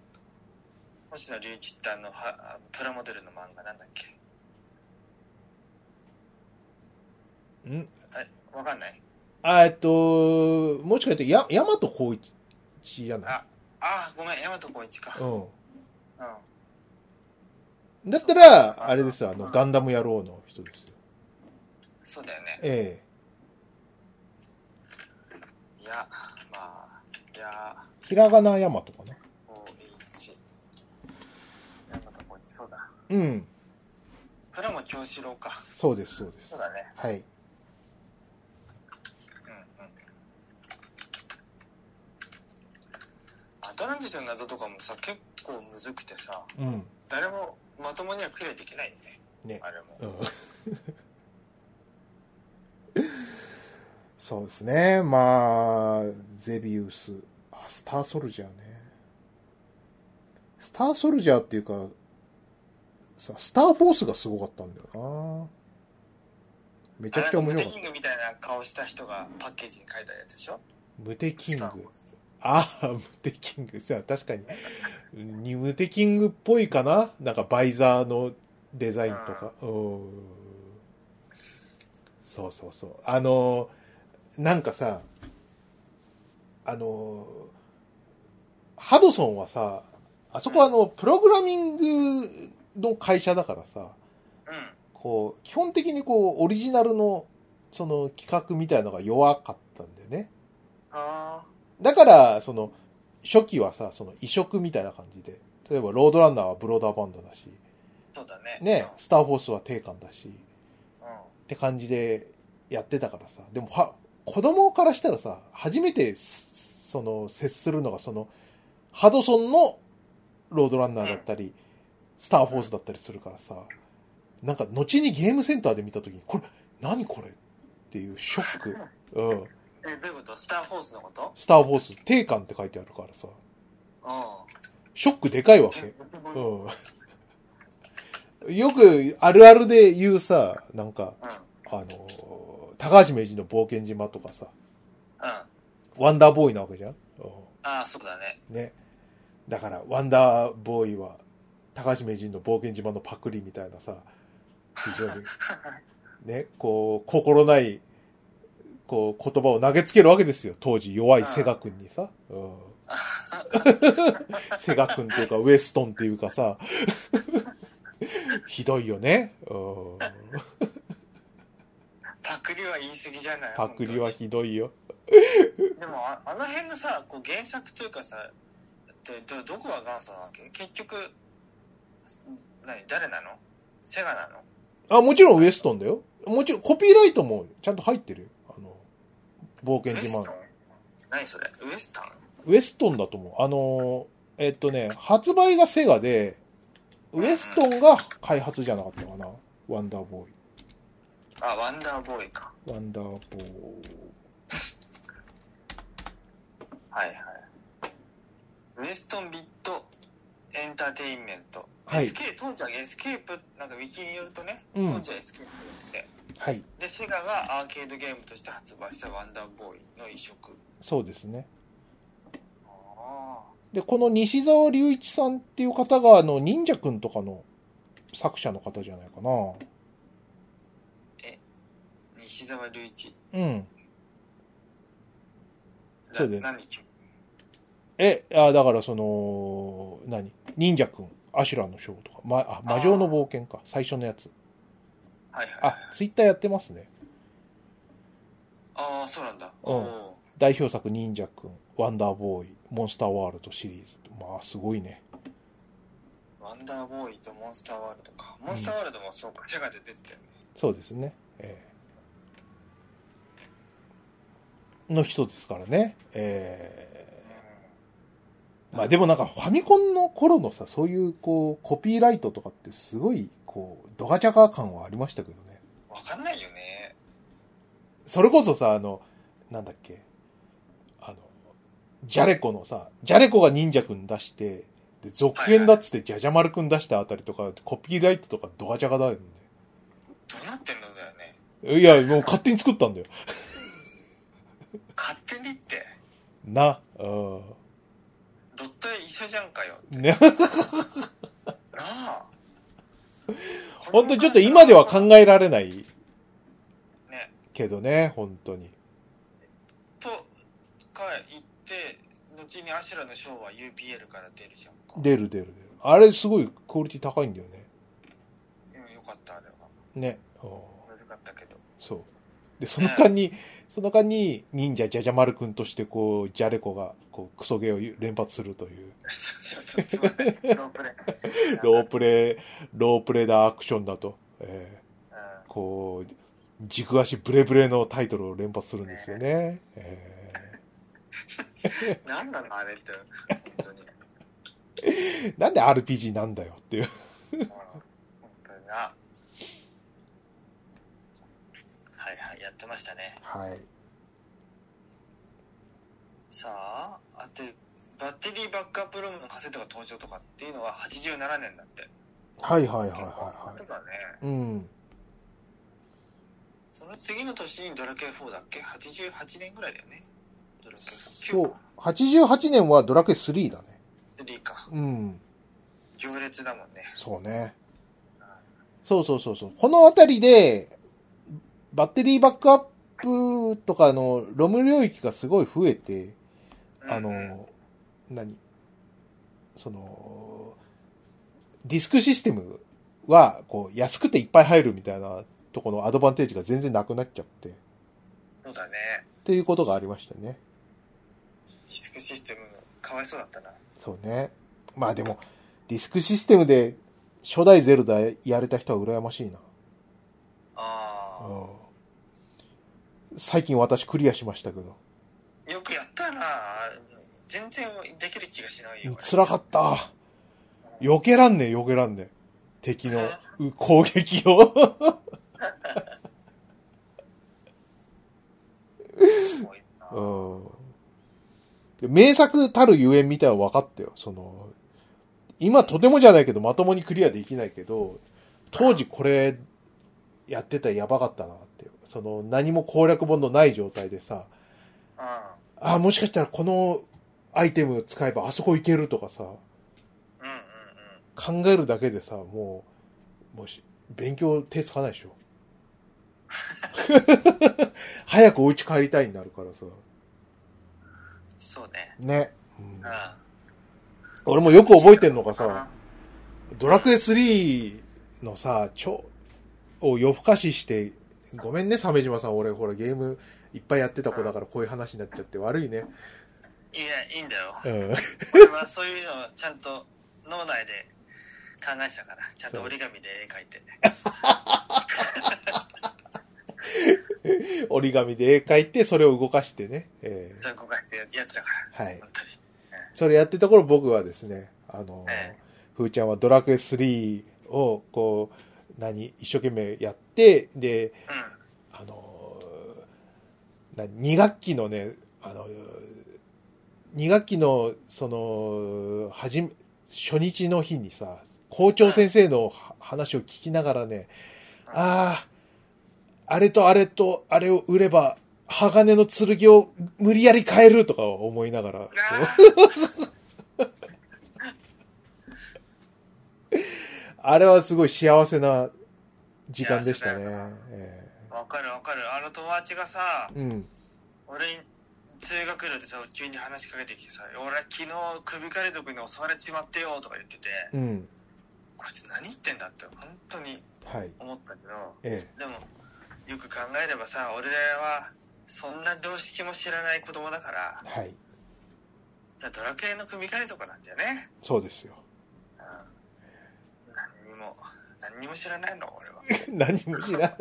S1: 星野隆一ってあの、はあプラモデルの漫画なんだっけ
S2: ん
S1: あわかんない
S2: あえっと、もしかして、や、ヤマト光一じゃない
S1: あああ、ごめん、山戸光一か。うん。
S2: うん。だったら、あれですよ、あの、ガンダム野郎の人ですよ。
S1: そうだよね。
S2: え
S1: いや、まあ、いや、
S2: えひらがなヤマトかな。
S1: 光一。山戸光一、そうだ。
S2: うん。
S1: プラモ京志郎か。
S2: そうです、そうです
S1: そう。だね。
S2: はい。
S1: うんうん。アトランティスの謎とかもさ、結構むずくてさ、
S2: うん。
S1: 誰もまともにはクリアできないよね。
S2: ね。
S1: あれも。
S2: うん。 そうですね。まあ、ゼビウス。あ、スターソルジャーね。スターソルジャーっていうか、さ、スターフォースがすごかったんだよな。めちゃくちゃ面白
S1: あ
S2: かっ
S1: れ
S2: た
S1: ムテ。キングみたいな顔した人がパッケージに書いたやつでしょ
S2: ムテキン
S1: スターウォ
S2: グ
S1: ー。ズ
S2: ああ、ムテキング。さ、確かに。にムテキングっぽいかななんかバイザーのデザインとか。うーん。そうそうそう。あのー、なんかさ、あのー、ハドソンはさ、あそこはあの、プログラミングの会社だからさ、
S1: うん。
S2: こう、基本的にこう、オリジナルの、その企画みたいのが弱かったんだよね。
S1: あ
S2: だから、その、初期はさ、その移植みたいな感じで、例えばロードランナーはブローダーバンドだし、
S1: ーそうだね。
S2: ね、スターフォースは定冠だし、
S1: うん。うん。
S2: って感じでやってたからさ、でもは、子供からしたらさ、初めてす、その、接するのが、その、ハドソンのロードランナーだったり、スターフォースだったりするからさ、なんか、後にゲームセンターで見たときに、これ、何これっていうショック。うん。
S1: え、どういうことスターフォースのこと
S2: スターフォース、定冠って書いてあるからさ、
S1: う
S2: ショックでかいわけ。
S1: ん。うん。
S2: うん。よくあるあるで言うさ、なんか、
S1: うん。
S2: あのー高橋名人の冒険島とかさ、
S1: あ
S2: ワンダーボーイなわけじゃん、う
S1: あ、そうだね。
S2: ん、ね。だから、ワンダーボーイは、高橋名人の冒険島のパクリみたいなさ、非常に、ね、こう、心ない、こう、言葉を投げつけるわけですよ。当時弱いセガ君にさ。うん。セガ君というか、ウエストンというかさ、ひどいよね。うん。
S1: パクリは言い過ぎじゃない
S2: パクリは
S1: 本
S2: ひどいよ。
S1: 当にでもあ、あの辺のさ、こう原作というかさ、でど、どこが元祖なわけ結局、何、誰なのセガなの
S2: あ、もちろんウエストンだよ。もちろん、コピーライトもちゃんと入ってるよ。あの、冒
S1: ウエ
S2: 険
S1: ス
S2: 島
S1: トン。何それウエスタン
S2: ウエストンだと思う。あのー、えっとね、発売がセガで、ウエストンが開発じゃなかったかな。ワンダーボー
S1: あ、ワンダーボーイか。
S2: イ。ワンダーボーイ。
S1: はいはい。ウエストンビットエンターテインメント。
S2: はい
S1: SK、当時はエスケープ、なんかウィキによるとね、
S2: うん
S1: 当時はエスケープって。
S2: はい。
S1: で、セガがアーケードゲームとして発売したワンダーボーイの移植。
S2: そうですね。
S1: あ
S2: で、この西沢隆一さんっていう方が、あの、忍者くんとかの作者の方じゃないかな。
S1: 西沢隆一。
S2: うん。
S1: な
S2: そうだよね
S1: 何君
S2: え、あだからその、何忍者くん、アシュラのショーとか、ま、あ、魔女の冒険か、最初のやつ。
S1: はいはいはい。
S2: あ、ツイッターやってますね。
S1: ああ、そうなんだ。
S2: うん
S1: おー
S2: 代表作忍者くん、ワンダーボーイ、モンスターワールドシリーズ。まあ、すごいね。
S1: ワンダーボーイとモンスターワールドか。モンスターワールドもそうか。セガで出てたよね。
S2: そうですね。えーの人ですからね。えーまあでもなんかファミコンの頃のさ、そういうこう、コピーライトとかってすごい、こう、ドガチャガ感はありましたけどね。
S1: わかんないよね。
S2: それこそさ、あの、なんだっけ、あの、ジャレコのさ、ジャレコが忍者くん出して、で、続編だっつってジャジャ丸くん出したあたりとか、コピーライトとかドガチャガだよね。
S1: どうなってんのだよね。
S2: いや、もう勝手に作ったんだよ。
S1: 勝手にって、
S2: な、うん。
S1: ドット絵一緒じゃんかよ。
S2: ね、
S1: なあ。
S2: 本当にちょっと今では考えられない
S1: ね。
S2: けどね、本当に。
S1: とか言って、後にアシュラのショーは UPL から出るじゃんか。
S2: 出る出る出る。あれすごいクオリティ高いんだよね。
S1: うん、よかった、あれは。
S2: ね。うん
S1: 難かったけど。
S2: そう。で、その間に、その間に忍者ジャジャ丸くんとしてこう、ジャレコがこう、クソゲーを連発するという、
S1: そうそう、つまんない。ロープレイ。
S2: ロー
S1: プ
S2: プレイ、ロープレイだアクションだと、えーこう、軸足ブレブレのタイトルを連発するんですよね。えー
S1: うん。なんなの、あれって。本当に。
S2: なんで RPG なんだよっていう。
S1: うん本当にな。はいはい、やってましたね。
S2: はい。
S1: さあ、あと、バッテリーバックアップルームのカセットが登場とかっていうのは87年だって。
S2: はいはいはいはい
S1: 本当だね。
S2: い。うん。
S1: その次の年にドラケン4だっけ ?88 年ぐらいだよね。ドラケン
S2: そ
S1: 4。9
S2: う
S1: か。。
S2: 88年はドラクエ3だね。
S1: 3か。
S2: うん。
S1: 行列だもんね。
S2: そうね。そうそうそうそう。このあたりで、バッテリーバックアップとかのロム領域がすごい増えて、あ
S1: うんうん、
S2: の、何その、ディスクシステムは、こう、安くていっぱい入るみたいなとこのアドバンテージが全然なくなっちゃって、っ
S1: そうだね。
S2: ていうことがありましたね。
S1: ディスクシステム、かわいそうだったな。
S2: そうね。まあでも、ディスクシステムで初代ゼルダやれた人は羨ましいな。
S1: あ
S2: うん最近私クリアしましたけど。
S1: あ。よくやったな。全然できる気がしないよ。
S2: 辛かった。避けらんねえ、避けらんねえ。敵の う攻撃を。
S1: すごいな
S2: うん。名作たるゆえんみたいは分かったよ。その、今とてもじゃないけど、まともにクリアできないけど、当時これやってたらやばかったなっていう。その、何も攻略本のない状態でさ、ああ、もしかしたらこのアイテム使えばあそこ行けるとかさ、
S1: うん。うんうん
S2: 考えるだけでさ、もう、もうし、勉強手つかないでしょ。早くお家帰りたいになるからさ。
S1: うん。そうね。
S2: ね。うん
S1: うん。
S2: 俺もよく覚えてんのがさ、ドラクエ3のさ、ちょ、を夜更かしして、ごめんね、鮫島さん。俺、ほら、ゲームいっぱいやってた子だからこういう話になっちゃって悪いね。
S1: いや、いいんだよ。
S2: うん。
S1: 俺はそういうのをちゃんと脳内で考えてたから、ちゃんと折り紙で絵描いて。
S2: 折り紙で絵描いて、それを動かしてね。えー
S1: そう動かしてやつだから、
S2: はい。
S1: 本当に。
S2: それやってた頃僕はですね、あの、
S1: ええ
S2: ふーちゃんはドラクエ3を、こう、何、一生懸命やって、で、あの、な2学期のね、あの、2学期の、その、はじめ、初日の日にさ、校長先生のは話を聞きながらね、
S1: うん
S2: ああ、あれとあれとあれを売れば、鋼の剣を無理やり変えるとか思いながら、こう
S1: うん。
S2: あれはすごい幸せな時間でした
S1: 幸せ
S2: ね。
S1: だよな
S2: ええ
S1: ああわかるわかる。あの友達がさ、
S2: うん。
S1: 俺に通学路でさ、急に話しかけてきてさ、俺昨日首狩り族に襲われちまってよとか言ってて、
S2: うん。
S1: こいつ何言ってんだって本当に
S2: はい。
S1: 思ったけど、
S2: え
S1: でも、よく考えればさ、俺はそんな常識も知らない子供だから
S2: え。、はい。
S1: だからドラクエの組み替えとかなんだよね。
S2: そうですよ。
S1: うん何にも、何何にも知らないの俺は
S2: 何も知らない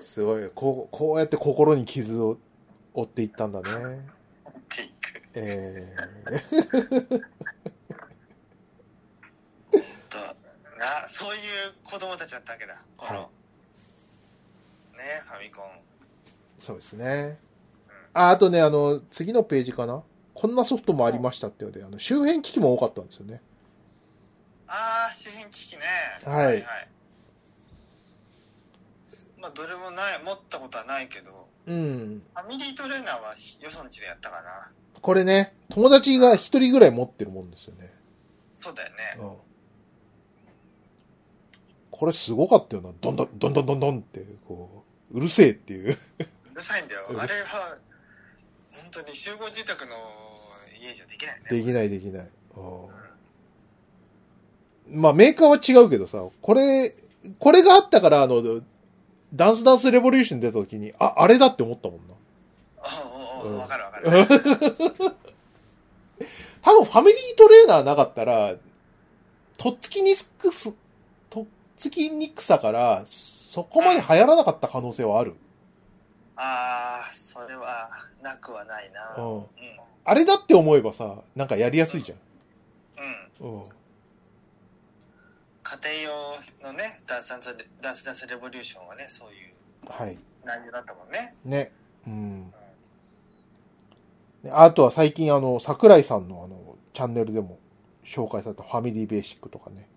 S2: すごいこうこうやって心に傷を負っていったんだね
S1: 持っていく
S2: えー、
S1: となそういう子供たちだったわけだこの、
S2: は
S1: ねファミコン
S2: そうですねああとねあの次のページかなこんなソフトもありましたっていうのであの周辺機器も多かったんですよね
S1: ああ周辺機器ね
S2: はい
S1: まあどれもない持ったことはないけど
S2: うん
S1: ファミリートレーナーはよその地でやったかな
S2: これね友達が一人ぐらい持ってるもんですよね
S1: そうだよね
S2: うんこれすごかったよな。どんどん、どんどんどんどんって、こう、うるせえっていう。
S1: うるさいんだよ
S2: うん
S1: あれは本当に集合住宅の家じゃできないね
S2: できないできない。うんまあメーカーは違うけどさ、これ、これがあったから、あの、ダンスダンスレボリューション出た時に、あ、あれだって思ったもんな。
S1: おうおうお
S2: うん
S1: うわかるわかる
S2: 多分ファミリートレーナーなかったら、とっつきにくす、とっつきにくさから、そこまで流行らなかった可能性はある。
S1: ああそれはなくはないな
S2: う
S1: うん
S2: ん。あれだって思えばさ、なんかやりやすいじゃん。
S1: うん
S2: うん。
S1: 家庭用のねダンスダンスダンスダンスレボリューションはねそういう
S2: はい。
S1: 内容だったもんね
S2: ね。うん。ねあとは最近あの、桜井さんのあの、チャンネルでも紹介されたファミリーベーシックとかね。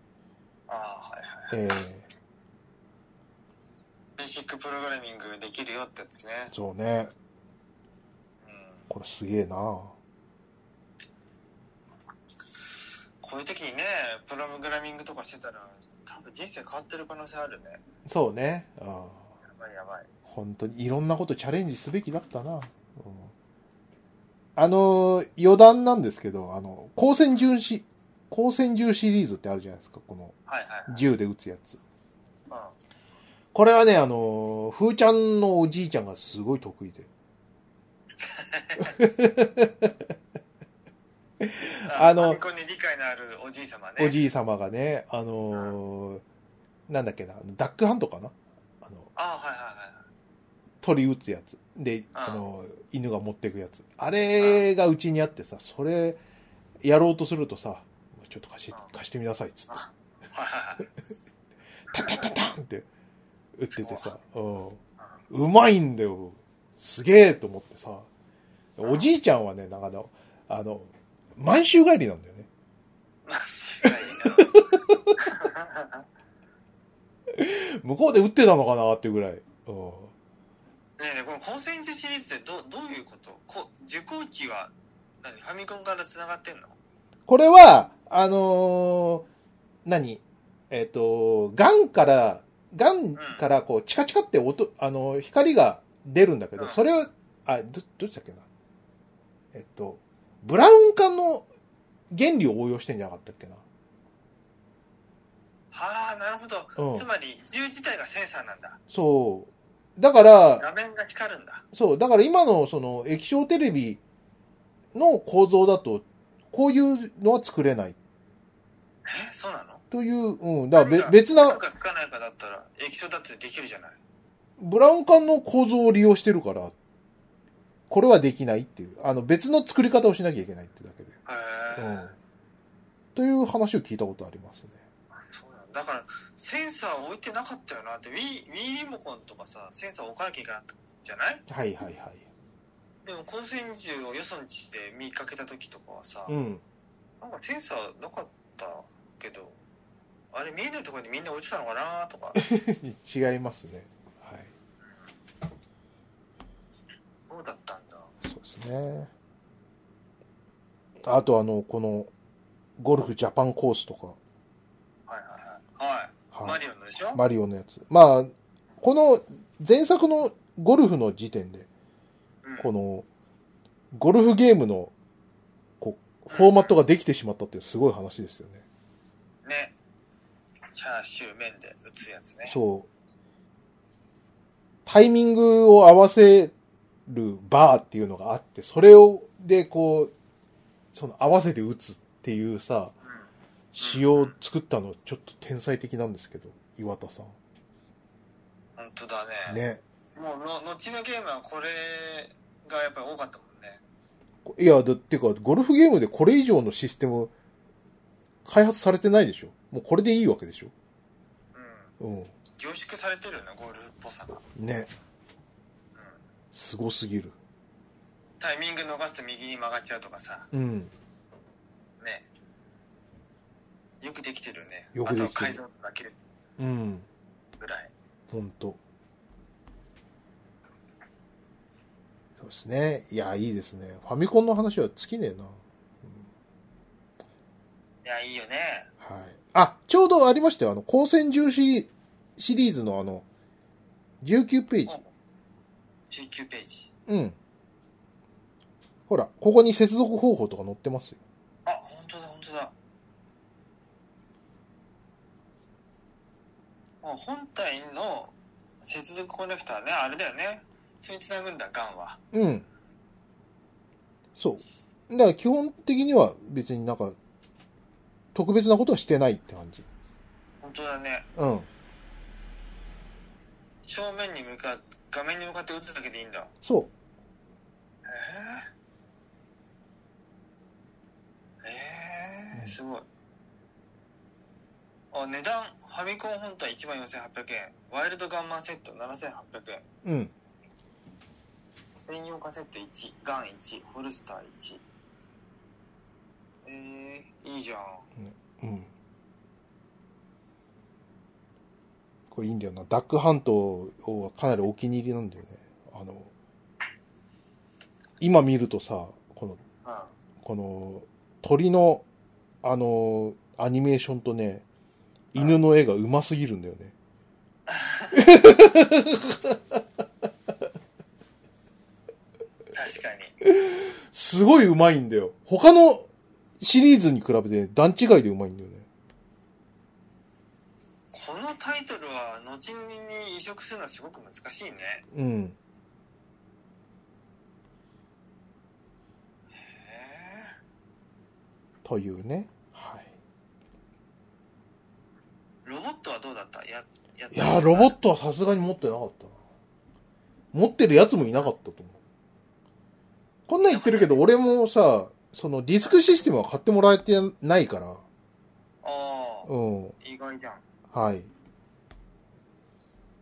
S1: ああはいはい
S2: え
S1: ベーシックプログラミングできるよってやつね
S2: ー、そうね。
S1: うん
S2: これすげえな
S1: こういう時にねプログラミングとかしてたら多分人生変わってる可能性あるね
S2: そうね。うん。
S1: やばいやばい
S2: 本当にいろんなことチャレンジすべきだったな。うん、あのー、余談なんですけど、あの、光線銃し、光線銃シリーズってあるじゃないですか。この
S1: はいはい
S2: 銃で撃つやつ。
S1: うん
S2: これはね、あのー、ふーちゃんのおじいちゃんがすごい得意で。あの
S1: ファミコンに理解のあるおじい様ね
S2: おじい様がね、あのーなんだっけな、ダックハントかなあの、
S1: ああはいはいはい
S2: 鳥撃つやつ。で、あのー犬が持ってくやつ。あれがうちにあってさ、それ、やろうとするとさ、ちょっと貸して
S1: う、ん
S2: 貸してみなさいっつって、
S1: はいはいはい
S2: タンタンタンタンって撃っててさ、うん。うまいんだよ。すげえと思ってさ、おじいちゃんはね、なんかね、あの、満州帰りなんだよね。
S1: まあ
S2: 向こうで撃ってたのかなっていうぐらい。うん。
S1: ねえねえこの高専児シリーズってどうどういうことこ受講機は何ファミコンから繋がってんの
S2: これは、あのー何えっ、と、ガンから、ガンからこう、チカチカって音、あのー光が出るんだけど、
S1: うん
S2: それを、あ、ど、どっちだっけな。えっと、ブラウン管の原理を応用してんじゃなかったっけな。
S1: はあなるほど、
S2: うん
S1: つまり銃自体がセンサーなんだ
S2: そう。だから、
S1: 画面が光るんだ
S2: そう、だから今のその液晶テレビの構造だと、こういうのは作れない
S1: えそうなの
S2: という、うん、だからべ
S1: なんか
S2: 別な
S1: つ、くかつかないかだったら液晶だってできるじゃない
S2: ブラウン管の構造を利用してるから、これはできないっていう、あの別の作り方をしなきゃいけないってだけで。
S1: へえ、
S2: うん。という話を聞いたことありますね。
S1: そうなんだだからセンサー置いてなかったよなって Wii, Wii リモコンとかさセンサー置かなきゃいけないじゃない
S2: はいはいはい。
S1: でも光線銃をよその地で見かけた時とかはさ、
S2: うん。
S1: なんかセンサーなかったけどあれ見えないところにみんな置いてたのかなとか
S2: 違いますね。はい。
S1: そうだったんだ
S2: そうですね。あとあの、この、ゴルフジャパンコースとか、
S1: はいはいはいはい
S2: は
S1: マ
S2: い、
S1: リオのでしょ
S2: マリオのやつ。まあ、この前作のゴルフの時点で、
S1: うん
S2: この、ゴルフゲームの、こう、フォーマットができてしまったっていうすごい話ですよね。
S1: ねチャーシュー麺で打つやつね
S2: そう。タイミングを合わせるバーっていうのがあって、それを、で、こう、その合わせて打つっていうさ、
S1: うん
S2: 詩を作ったのちょっと天才的なんですけど、岩田さん。
S1: 本当だね。
S2: ね。
S1: もうの、後のゲームはこれがやっぱり多かったもんね。
S2: いや、だってか、ゴルフゲームでこれ以上のシステム、開発されてないでしょもうこれでいいわけでしょ
S1: うん。
S2: うん。
S1: 凝縮されてるよね、ゴルフっぽさが。
S2: ね。すごすぎる。
S1: タイミング逃すと右に曲がっちゃうとかさ、
S2: うん。
S1: ね。よくできてるよね。
S2: よくできてる
S1: あと改造だけ
S2: うん。
S1: ぐらい。
S2: ほんと。そうですね。いや、いいですね。ファミコンの話は尽きねえな。うん
S1: いや、いいよね。
S2: はい。あ、ちょうどありましたよ。あの、光線重視シリーズのあの、19ページ。
S1: 19ページ。
S2: うん。ほら、ここに接続方法とか載ってますよ。
S1: あ、本当だ、本当だ。もう本体の接続コネクタはね、あれだよね。それに繋ぐんだ、ガンは。
S2: うん。そう。だから基本的には別になんか、特別なことはしてないって感じ。
S1: 本当だね。
S2: うん。
S1: 正面に向かっ画面に向かって打つだけでいいんだ。
S2: そう。
S1: えー、えー、すごい。あ、値段、ファミコン本体1万4800円、ワイルドガンマンセット7800円、
S2: うん。
S1: 専用カセット1、ガン1、ホルスター1。えー、いいじゃん。
S2: うん。これいいんだよな。ダックハントはかなりお気に入りなんだよね。あの、今見るとさ、この、
S1: うん。
S2: この、鳥の、あの、アニメーションとね、
S1: うん
S2: 犬の絵がうますぎるんだよね。
S1: 確かに。
S2: すごいうまいんだよ。他のシリーズに比べて段違いでうまいんだよね。
S1: このタイトルは、後に移植するのはすごく難しいね。
S2: うん。
S1: え
S2: というね。はい。
S1: ー、ロボットはどうだったや、やっ
S2: いやー、ロボ
S1: ト
S2: ットはさすがに持ってなかったな。持ってるやつもいなかったと思う。こんなん言ってるけど、俺もさ、そのディスクシステムは買ってもらえてないから。
S1: ああ、
S2: うん。
S1: 意外じゃん。
S2: はい。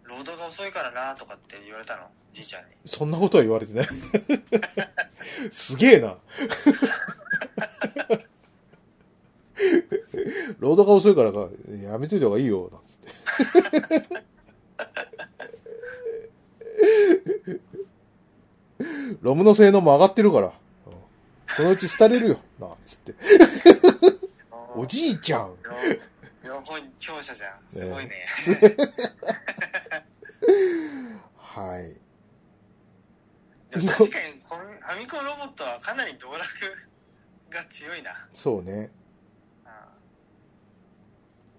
S1: ロードが遅いからなとかって言われたのじいちゃんに
S2: そんなことは言われてない。すげえな。ロードが遅いからか、やめといた方がいいよ、なんつって。ロムの性能も上がってるから、うんそのうち廃れるよ、なんつって。おじいちゃん。
S1: 両両方強者じゃんすごい ね
S2: はい。
S1: でも確かにこのファミコンロボットはかなり道楽が強いな
S2: そうね。
S1: うん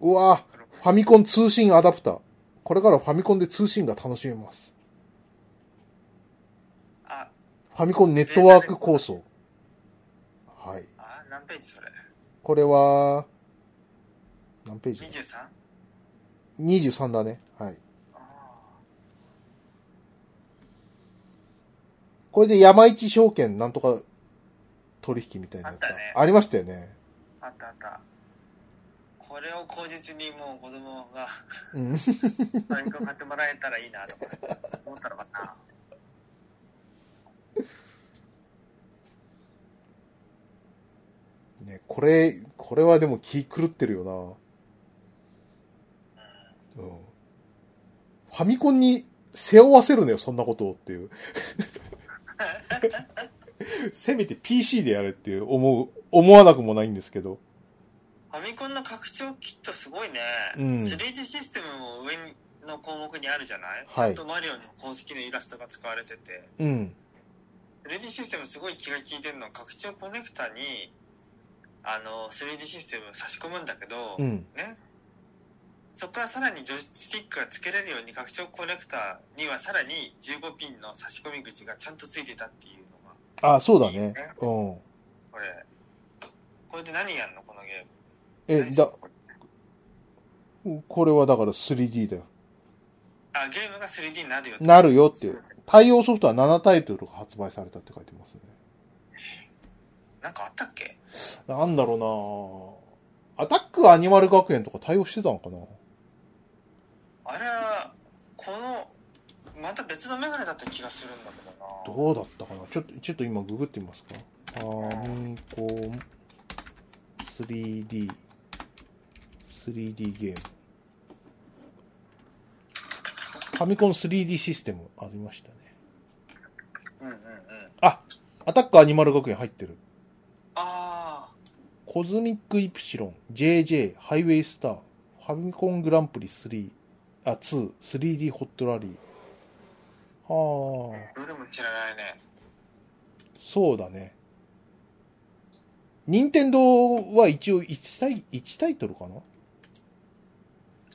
S2: うわファミコン通信アダプター。これからファミコンで通信が楽しめます。
S1: あ
S2: ファミコンネットワーク構想。はい。
S1: あ何ページそれ
S2: これは、何ページ
S1: 23? あ
S2: ?23 だね。はい。
S1: あ
S2: これで山一証券なんとか取引みたいなやつだ
S1: あったね
S2: ありましたよね。
S1: あったあったこれを口実にもう子供が
S2: うん。
S1: ファミコン買ってもらえたらいいなとか思ったのかな
S2: ね、これ、これはでも気狂ってるよな。うん。ファミコンに背負わせるのよ、そんなことをって いう。せめて PC でやれっていう思う、思わなくもないんですけど。
S1: ファミコンの拡張キットすごいね。
S2: うん
S1: 3D システムも上の項目にあるじゃない、
S2: はい
S1: ちゃんとマリオの公式のイラストが使われてて。
S2: うん。
S1: 3D システムすごい気が利いてるのは拡張コネクタに、あの、3D システム差し込むんだけど、
S2: うん。
S1: ね。そこからさらにジョイスティックが付けれるように拡張コネクタにはさらに15ピンの差し込み口がちゃんと付いてたっていうのが、
S2: あ、そうだ
S1: いいよ
S2: ね
S1: ね。
S2: うん。
S1: これ。これで何やんのこのゲーム。
S2: え
S1: 何してんの
S2: だ
S1: これ
S2: これはだから 3D だよ
S1: あゲームが 3D になるよって
S2: なるよっていう対応ソフトは7タイトルが発売されたって書いてますね
S1: なんかあったっけ
S2: なんだろうなアタックアニマル学園とか対応してたのかな
S1: あれはこのまた別のメガネだった気がするんだけどな
S2: どうだったかなちょっと、ちょっと今ググってみますか。ファミコン 3D、3D ゲーム。ファミコン 3D システムありましたね。
S1: うんうんうん
S2: あアタックアニマル学園入ってる。
S1: あ
S2: コズミックイプシロン、JJ、ハイウェイスター、ファミコングランプリ3、あ、2、3D ホットラリー。ああ。
S1: あどれも知らないね
S2: そうだね。任天堂は一応1タイ ,1 タイトルかな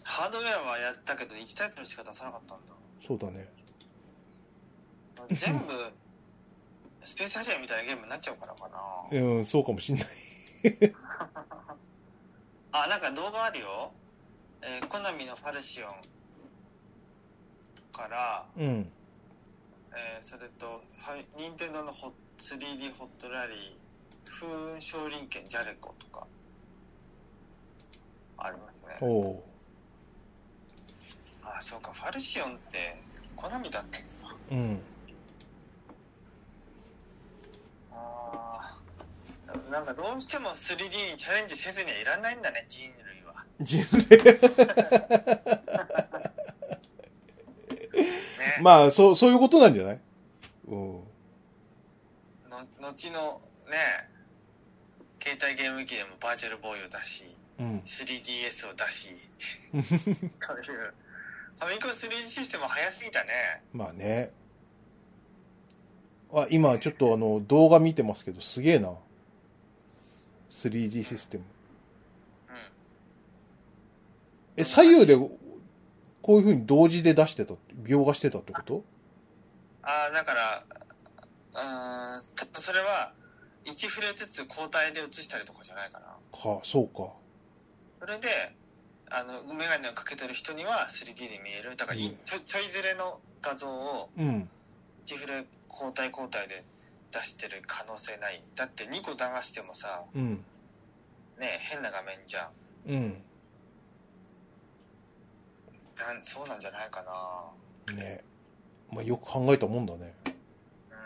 S1: ハードウェアはやったけど1タイプのしか出さなかったんだ
S2: そうだね。
S1: 全 部スペースハリアーみたいなゲームになっちゃうからかな
S2: うん、そうかもしんない。
S1: あなんか動画あるよえーコナミのファルシオンから、
S2: うん。
S1: えーそれとは任天堂のホ 3D ホットラリー風雲少林拳ジャレコとかありますね
S2: おう
S1: あそうかファルシオンってコナミだったんですか
S2: うん。
S1: あーななんかどうしても 3D にチャレンジせずにはいらないんだね人類は
S2: 人類。
S1: ね
S2: まあ、そう、そういうことなんじゃないうん。
S1: の後のね携帯ゲーム機でもバーチャルボーイを出し
S2: うん。
S1: 3DS を出 しというファミコン 3D システム早すぎたね
S2: まあね。あ、今ちょっとあの、動画見てますけど、すげえな。3D システム。
S1: うん
S2: え、左右で、こういう風に同時で出してた、描画してたってこと
S1: ああだからうーん多分それは1フレずつ交代で映したりとかじゃないかな
S2: か、そうか。
S1: それであの眼鏡をかけてる人には 3D で見えるだからい
S2: うん
S1: ちょちょいずれの画像を
S2: うん。
S1: 1フレ交代交代で出してる可能性ないだって2個流してもさ
S2: うん。
S1: ね変な画面じゃん
S2: うん。
S1: なんそうなんじゃないかな
S2: ね。まあ、よく考えたもんだね。
S1: うん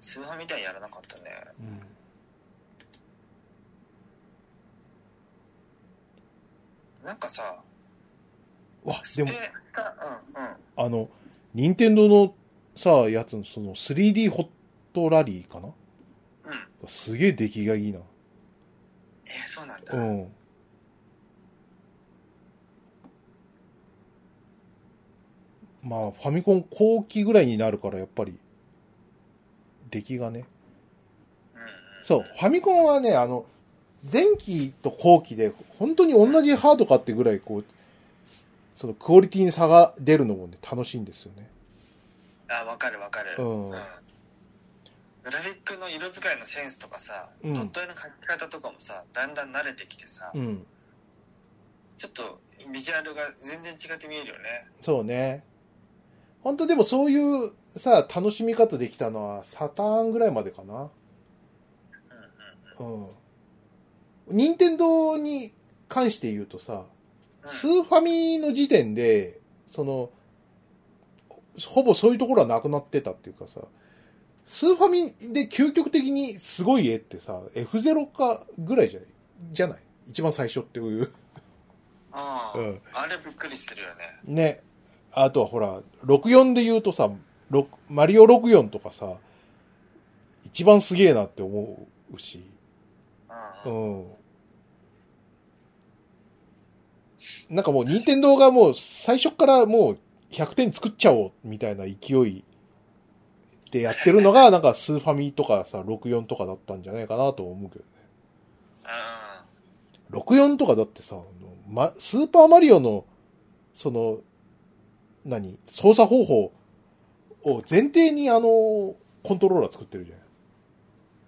S1: スーファみたいにやらなかったね
S2: うん。
S1: なんかさ
S2: わ、でも
S1: ス、ペスタうんうん
S2: あの、任天堂のさ、やつのその 3D ホットラリーかな
S1: うん
S2: すげえ出来がいいな。
S1: えーそうなんだ、
S2: うん。まあ、ファミコン後期ぐらいになるから、やっぱり、出来がね。
S1: うんうん
S2: そう、ファミコンはね、あの、前期と後期で、本当に同じハードかってぐらい、こう、そのクオリティに差が出るのもね、楽しいんですよね。
S1: あわかるわかる
S2: うん
S1: グラフィックの色使いのセンスとかさ、
S2: うん
S1: ドット絵の描き方とかもさだんだん慣れてきてさ、
S2: うん。
S1: ちょっとビジュアルが全然違って見えるよね
S2: そうね。本当でもそういうさ、楽しみ方できたのは、サターンぐらいまでかな。
S1: うんうん
S2: うん。任天堂に関して言うとさ、ス
S1: うん
S2: ーファミの時点で、その、ほぼそういうところはなくなってたっていうかさ、スーファミで究極的にすごい絵ってさ、F0 かぐらいじゃないじゃない一番最初っていう。
S1: ああ、
S2: うん
S1: あれびっくりするよね
S2: ね。あとはほら、64で言うとさ、ろくマリオ64とかさ、一番すげえなって思うし、
S1: う
S2: うん
S1: うん
S2: ん。なんかもう、任天堂がもう、最初からもう、100点作っちゃおう、みたいな勢いでやってるのが、なんか、スーファミとかさ、64とかだったんじゃないかなと思うけどね。64とかだってさ、あのま、スーパーマリオの、その、何操作方法を前提に、あの、コントローラー作ってるじゃん。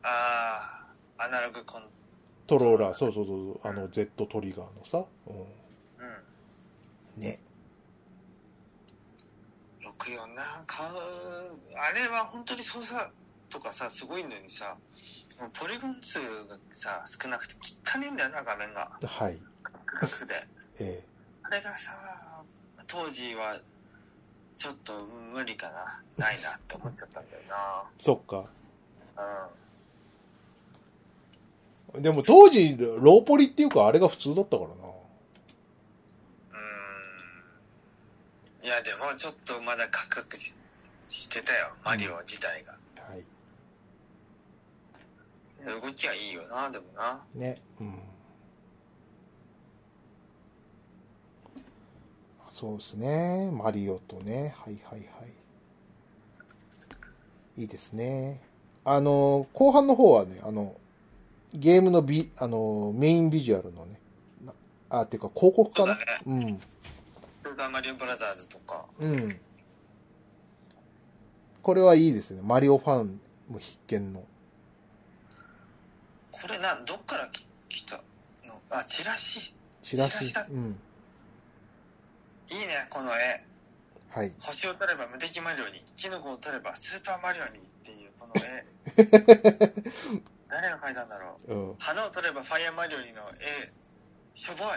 S1: ああアナログコン
S2: トローラー、そうそうそうそう、あの Z トリガーのさ、う
S1: うん
S2: ん、ね、
S1: 64な買うあれは本当に操作とかさすごいのにさもうポリゴン数がさ少なくて汚ねえんだよな画面が
S2: はい、
S1: 画角で
S2: え
S1: あれがさ当時はちょっと無理かなないなって思っちゃったんだよ
S2: ー、そっか。
S1: な
S2: でも当時、ローポリっていうか、あれが普通だったからな。
S1: うんうーんいやでもちょっとまだカクカクししてたよマリオ自体が、
S2: はい。
S1: 動きはいいよなでもな
S2: ね。うん。そうですね。マリオとね。はいはいはい。いいですね。あの、後半の方はね、あの、ゲームのビ、あの、メインビジュアルのね、なあ、ていうか広告
S1: そ
S2: か
S1: うだ
S2: な
S1: ね
S2: うん。
S1: スーパーマリオブラザーズとか
S2: うん。これはいいですね。マリオファンも必見の。
S1: これなどっからき来たのあチラシ
S2: チラシ
S1: チラシだ
S2: うん。
S1: いいねこの絵
S2: はい。
S1: 星を取れば無敵マリオにキノコを取ればスーパーマリオにっていうこの絵誰が描いたんだろう
S2: うん。
S1: 花を取ればファイアマリオにの絵しょぼい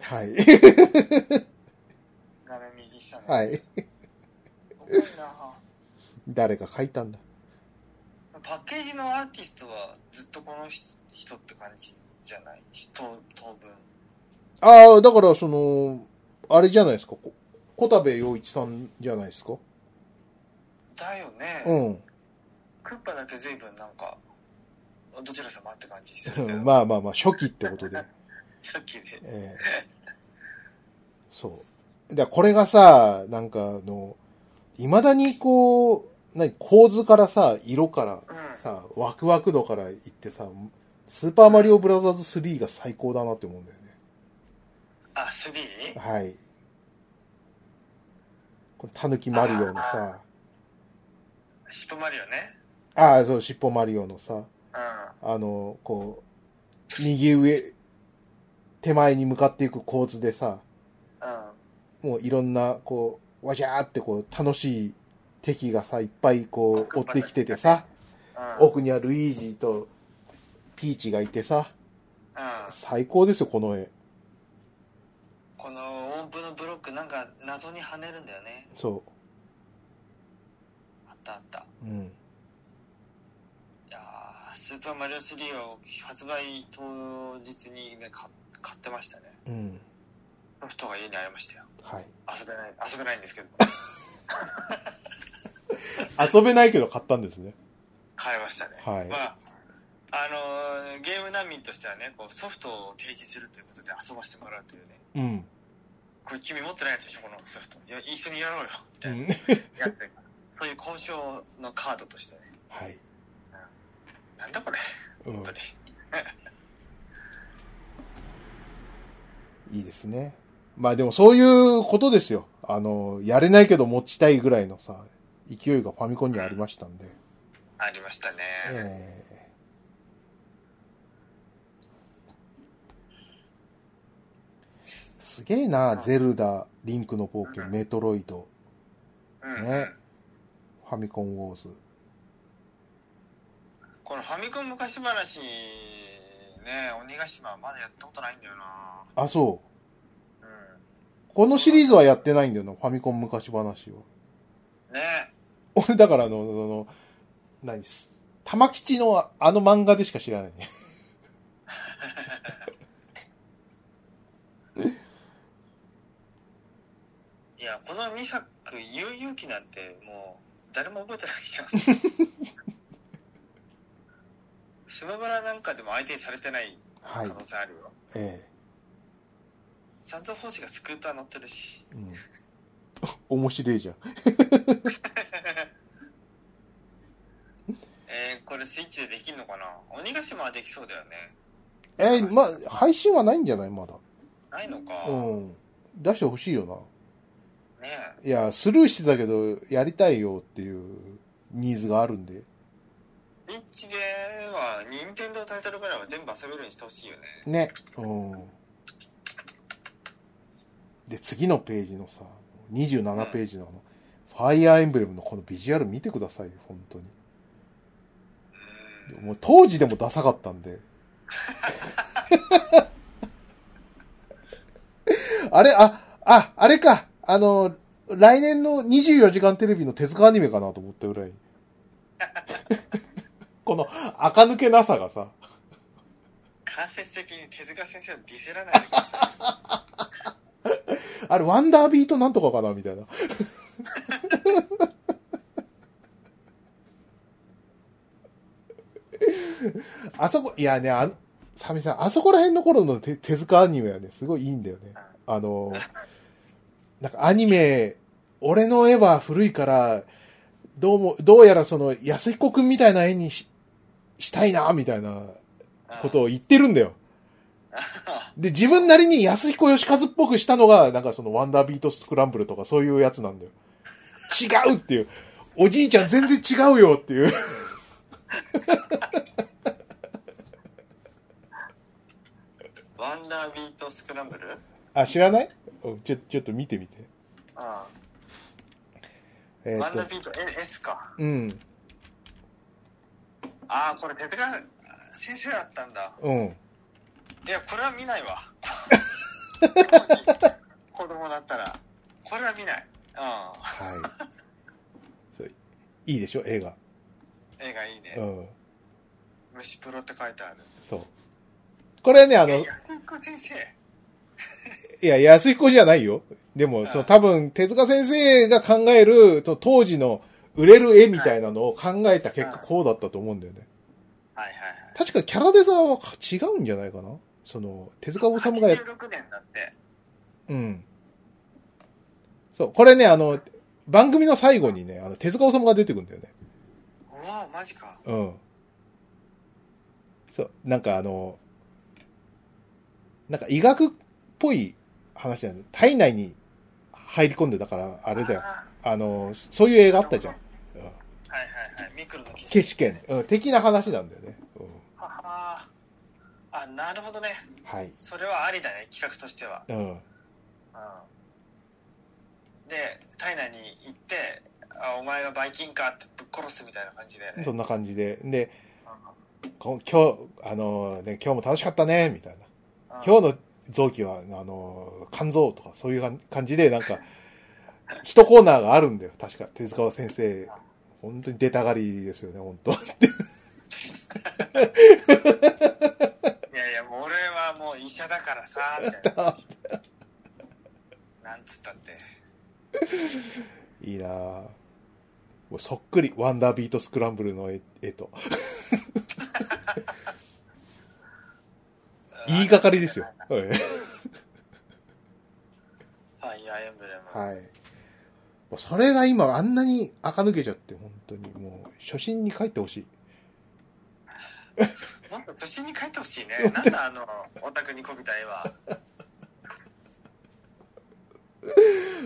S2: はい。
S1: 画面右下の
S2: はい。
S1: すごいな
S2: 誰が書いたんだ
S1: パッケージのアーティストはずっとこの人人って感じじゃないし当当分
S2: ああ、だから、その、あれじゃないですか。こ小田部陽一さんじゃないですか。
S1: だよね、
S2: うん。
S1: クッパだけ随分なんかどちら様って感じするけど、
S2: まあまあまあ、初期ってことで。
S1: さっきで
S2: ええそう。で、これがさ、なんか、あの、未だにこう、何、構図からさ、色から
S1: うん
S2: さ、ワクワク度からいってさ、スーパーマリオブラザーズ3が最高だなって思うんだよね。
S1: あ、3?
S2: はい。このタヌキマリオのさ、
S1: シップマリオね。
S2: ああ、そう、尻尾マリオのさ、
S1: うん。
S2: あの、こう、右上、手前に向かっていく構図でさ、
S1: うん。
S2: もういろんな、こう、わじゃーってこう、楽しい敵がさ、いっぱいこう、追ってきててさ、
S1: うん。
S2: 奥にはルイージとピーチがいてさ、
S1: うん
S2: 最高ですよ、この絵。
S1: この音符のブロックなんか謎に跳ねるんだよね。
S2: そ
S1: あったあった。
S2: う。うん。
S1: いやースーパーマリオ3を発売当日にね、か買ってましたね。
S2: うん。
S1: ソフトが家にありましたよ。
S2: はい。
S1: 遊べない、遊べないんですけど。
S2: 遊べないけど買ったんですね。
S1: 買いましたね。
S2: はい
S1: まあ、あのーゲーム難民としてはね、こうソフトを提示するということで遊ばせてもらうというね。
S2: うん。
S1: これ君持ってないやつでしょ、このソフト。いや、一緒にやろうよ。み
S2: う
S1: たいな。や
S2: ん。
S1: ってそういう交渉のカードとしてね。
S2: はい。
S1: なんだこれ、
S2: う
S1: 本
S2: ん
S1: 当。に。
S2: いいですね。まあでもそういうことですよ。あの、やれないけど持ちたいぐらいのさ、勢いがファミコンにはありましたんで。
S1: ありましたね。
S2: えーすげえな、ゼルダ、リンクの冒険、メトロイド、
S1: うん
S2: ねファミコンウォーズ。
S1: このファミコン昔話、ね、鬼ヶ島はまだやったことないんだよな。
S2: あ、そう。
S1: う
S2: このシリーズはやってないんだよな、ファミコン昔話
S1: ん。
S2: は。
S1: ね。
S2: 俺、だからあの、その、何す、玉吉のああの漫画でしか知らないね。
S1: いや、この2作、悠々記なんてもう、誰も覚えてないじゃん。 スマブラなんかでも相手にされてない
S2: は
S1: 可
S2: い。
S1: 能性あるよ。
S2: ええ
S1: 三蔵法師がスクーター乗ってるし。
S2: うん、面白いじゃん。
S1: えー、これスイッチでできんのかな鬼ヶ島はできそうだよね。
S2: えーまあ、配信はないんじゃないまだ。
S1: ないのか。
S2: う
S1: ね
S2: ん。出してほしいよな。
S1: え。
S2: いや、スルーしてたけど、やりたいよっていうニーズがあるんで。
S1: いリッチでは、任天堂タイトルぐらいは全部遊べるようにしてほしいよね。
S2: ね。うん。で、次のページのさ、27ページのあの、ファイアーエンブレムのこのビジュアル見てくださいよ、本当に。
S1: うん。
S2: もう当時でもダサかったんで。 あれ、あ、あ、あれか。あの、来年の24時間テレビの手塚アニメかなと思ったぐらい。 この垢抜けなさがさ。
S1: 間接的に手塚先生をディスらないでください。
S2: あれ、ワンダービートなんとかかなみたいな。 あそこ、いやね、あの、サミさん、あそこら辺の頃の手手塚アニメはね、すごいいいんだよね。あの、なんかアニメ、俺の絵は古いから、どうも、どうやらその、安彦くんみたいな絵にししたいな、みたいな
S1: うん
S2: ことを言ってるんだよ。で、自分なりに安彦義和っぽくしたのが、なんかそのワンダービートスクランブルとかそういうやつなんだよ。違うっていう。おじいちゃん全然違うよっていう。
S1: ワンダービートスクランブル
S2: あ、知らないうんちょ、ちょっと見てみて。
S1: ああ
S2: え
S1: ワンダ
S2: ーっ
S1: ー
S2: と、
S1: ビート S か。
S2: うん、
S1: ああ、これ手塚先生だったんだ。
S2: うん。
S1: いや、これは見ないわ。 当時子供だったら。これは見ない。う
S2: はい。そういいでしょ映画。
S1: ん。映画いいうね。
S2: ん。
S1: 虫プロって書いてある。
S2: そう。これね、あ
S1: い
S2: の、
S1: や
S2: い
S1: いや、先生。
S2: や、安彦じゃないよ。でも、その多分、手塚先生が考える、と当時の売れる絵みたいなのを考えた結果、
S1: うん
S2: こうだったと思うんだよね。
S1: はいはい
S2: 確かキャラデザは違うんじゃないかなその、手塚
S1: はい。
S2: 治虫がやっ、
S1: 86年だって。
S2: うん。そう、これね、あの、番組の最後にね、あの、手塚治虫が出てくるんだよね。
S1: うわあ、マジか。
S2: うん。そう、なんかあの、なんか医学っぽい話なんだよ体内に入り込んで、だから、あ
S1: あ
S2: れだよ。
S1: は
S2: あの、そういう映画あったじゃん。うん、
S1: いはいはい。ミクロの景
S2: 決
S1: 色。
S2: 死権、うん、的な話なんだよね。うん、
S1: ははあ、なるほどね。
S2: はい。
S1: それはありだね、企画としては。
S2: うん。
S1: うん。で、体内に行って、あ、お前はバイキンかってぶっ殺すみたいな感じだよね。
S2: そんな感じで。で、
S1: う
S2: こ今日、あのね、今日も楽しかったね、みたいな。
S1: んうん
S2: 今日の臓器は、あの肝臓とかそういう感感じで、なん か、一コーナーがあるんだよ、確か。手塚先生。本当に出たがりですよね、本当。
S1: いやいや、もう俺はもう医者だからさ、みたいな。なんつったって。
S2: いいなぁもうそっくり、ワンダービートスクランブルの絵絵と。言いがかりですよ。はい
S1: ファイアーエンブレム。
S2: はい。もうそれが今、あんなに垢抜けちゃって、本当に。もう、初心に帰ってほしい。
S1: もっと都心に帰ってほしいね。なんだあの、オタクにこびた絵は。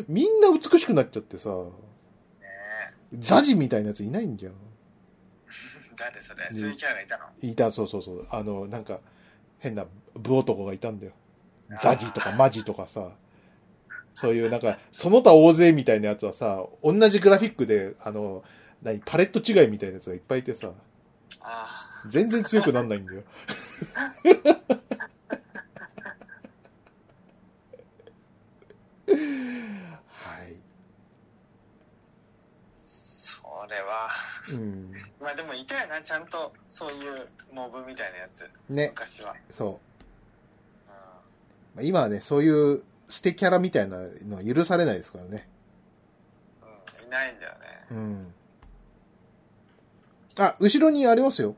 S2: みんな美しくなっちゃってさ、
S1: ね
S2: ザジみたいなやついないんじゃん。
S1: え誰それそういうキャラがいたの
S2: いた、そうそうそう。あの、なんか、変な、ブ男がいたんだよ。ザジとかマジとかさ、そういうなんか、その他大勢みたいなやつはさ、同じグラフィックで、あの、何、パレット違いみたいなやつがいっぱいいてさ、
S1: あ
S2: 全然強くなんないんだよ。
S1: あ、
S2: はい。
S1: それは。
S2: うん。
S1: まあでもいたよな、ちゃんと、そういうモブみたいなやつ。
S2: ね、
S1: 昔は。
S2: そう。
S1: うん。
S2: まあ今はね、そういう捨てキャラみたいなのは許されないですからね。
S1: うん、いないんだよね。
S2: うん。あ、後ろにありますよ。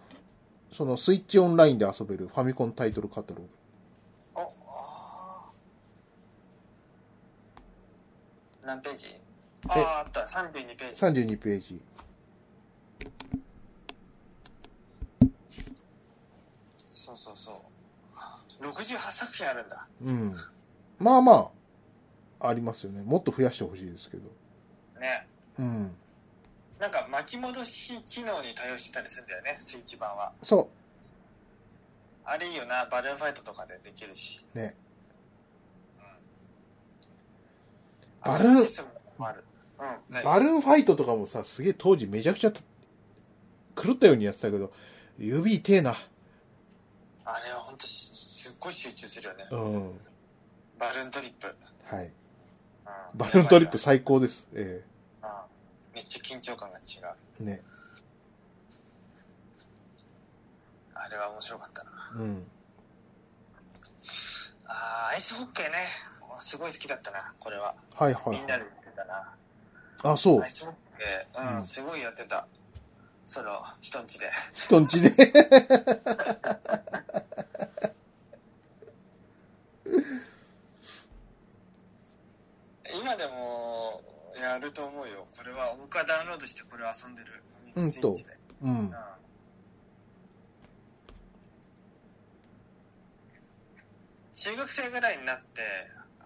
S2: そのスイッチオンラインで遊べるファミコンタイトルカタログ。
S1: お、あー何ページあ
S2: え
S1: あ、あった。32ページ。
S2: 32ページ。
S1: そうそうそう。68作品あるんだ。
S2: うん。まあまあ、ありますよね。もっと増やしてほしいですけど。
S1: ね。
S2: うん。
S1: なんか巻き戻し機能に対応してたりするんだよね、スイッチ版は。
S2: そ
S1: あれいいよな、バルーンファイトとかでできるし。
S2: う。ね。
S1: うん。
S2: バルー
S1: ア
S2: ン
S1: トラクションもある。うん。ない
S2: バルーンファイトとかもさ、すげえ当時めちゃくちゃ狂ったようにやってたけど、指痛えな。
S1: あれは本当すすっごい集中するよね
S2: う。ん。
S1: バルーントリップ。
S2: はい。
S1: うん
S2: バルーントリップ
S1: や
S2: 最高です。え
S1: ばいなうんめっちゃ緊張感が違う。
S2: えね。
S1: あれは面白かったな。
S2: うん。
S1: あーアイスホッケーね。もうすごい好きだったな、これは。
S2: はいはい
S1: みん
S2: は
S1: ないで。言ってたな。
S2: あ、そう
S1: アイ。スホッケー、うん、
S2: うん
S1: すごいやってた。その、人んちで。
S2: 人んちね。
S1: 今でも、やると思うよ。これは、僕はダウンロードしてこれを遊んでる。
S2: うんと
S1: スイッチで。
S2: うん
S1: うん。。中学生ぐらいになって、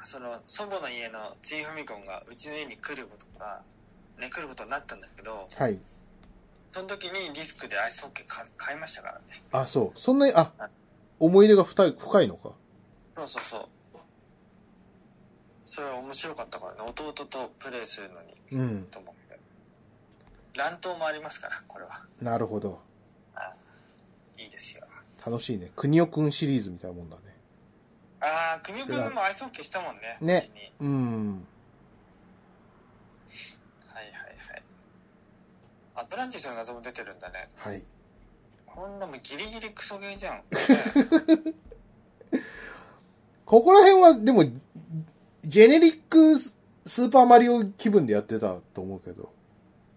S1: その、祖母の家のついふみこんがうちの家に来ることが、ね、来ることになったんだけど、
S2: はい。
S1: その時にディスクでアイスホッケー買買いましたからね。
S2: あ、そう。そんなに、あ、思い入れが深い深いのか。
S1: そうそうそう。それは面白かったからね。弟とプレイするのに、
S2: うん。
S1: と思って。乱闘もありますから、これは。
S2: なるほど。
S1: いいですよ。
S2: 楽しいね。くにおくんシリーズみたいなもんだね。
S1: ああ、くにくんもアイスホッケーしたもんね。
S2: ね
S1: うちに。
S2: うん。
S1: はいはいはい。アトランティスの謎も出てるんだね。
S2: はい。
S1: こんなもうギリギリクソゲーじゃん。
S2: ここら辺は、でも、ジェネリックススーパーマリオ気分でやってたと思うけど。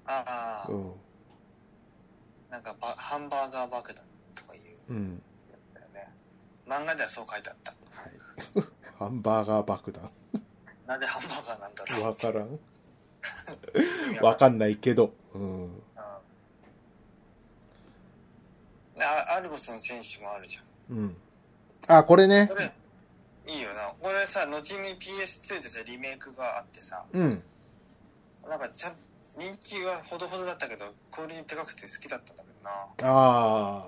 S1: ああ、
S2: うん。
S1: なんかばハンバーガー爆弾とかいう
S2: うん。
S1: やつだよね。漫画ではそう書いてあった。
S2: はい。ハンバーガー爆弾。
S1: なんでハンバーガーなんだろう。
S2: わからん。
S1: ん
S2: わかんないけど。うん。
S1: うんねあアルゴスの選手もあるじゃ
S2: うん。あ、これね
S1: ん。こ。れ、いいよな。これさ、後に PS2 でさ、リメイクがあってさ、
S2: うん。
S1: なんかちゃん、人気はほどほどだったけど、クオリティ高くて好きだったんだけどな。
S2: あ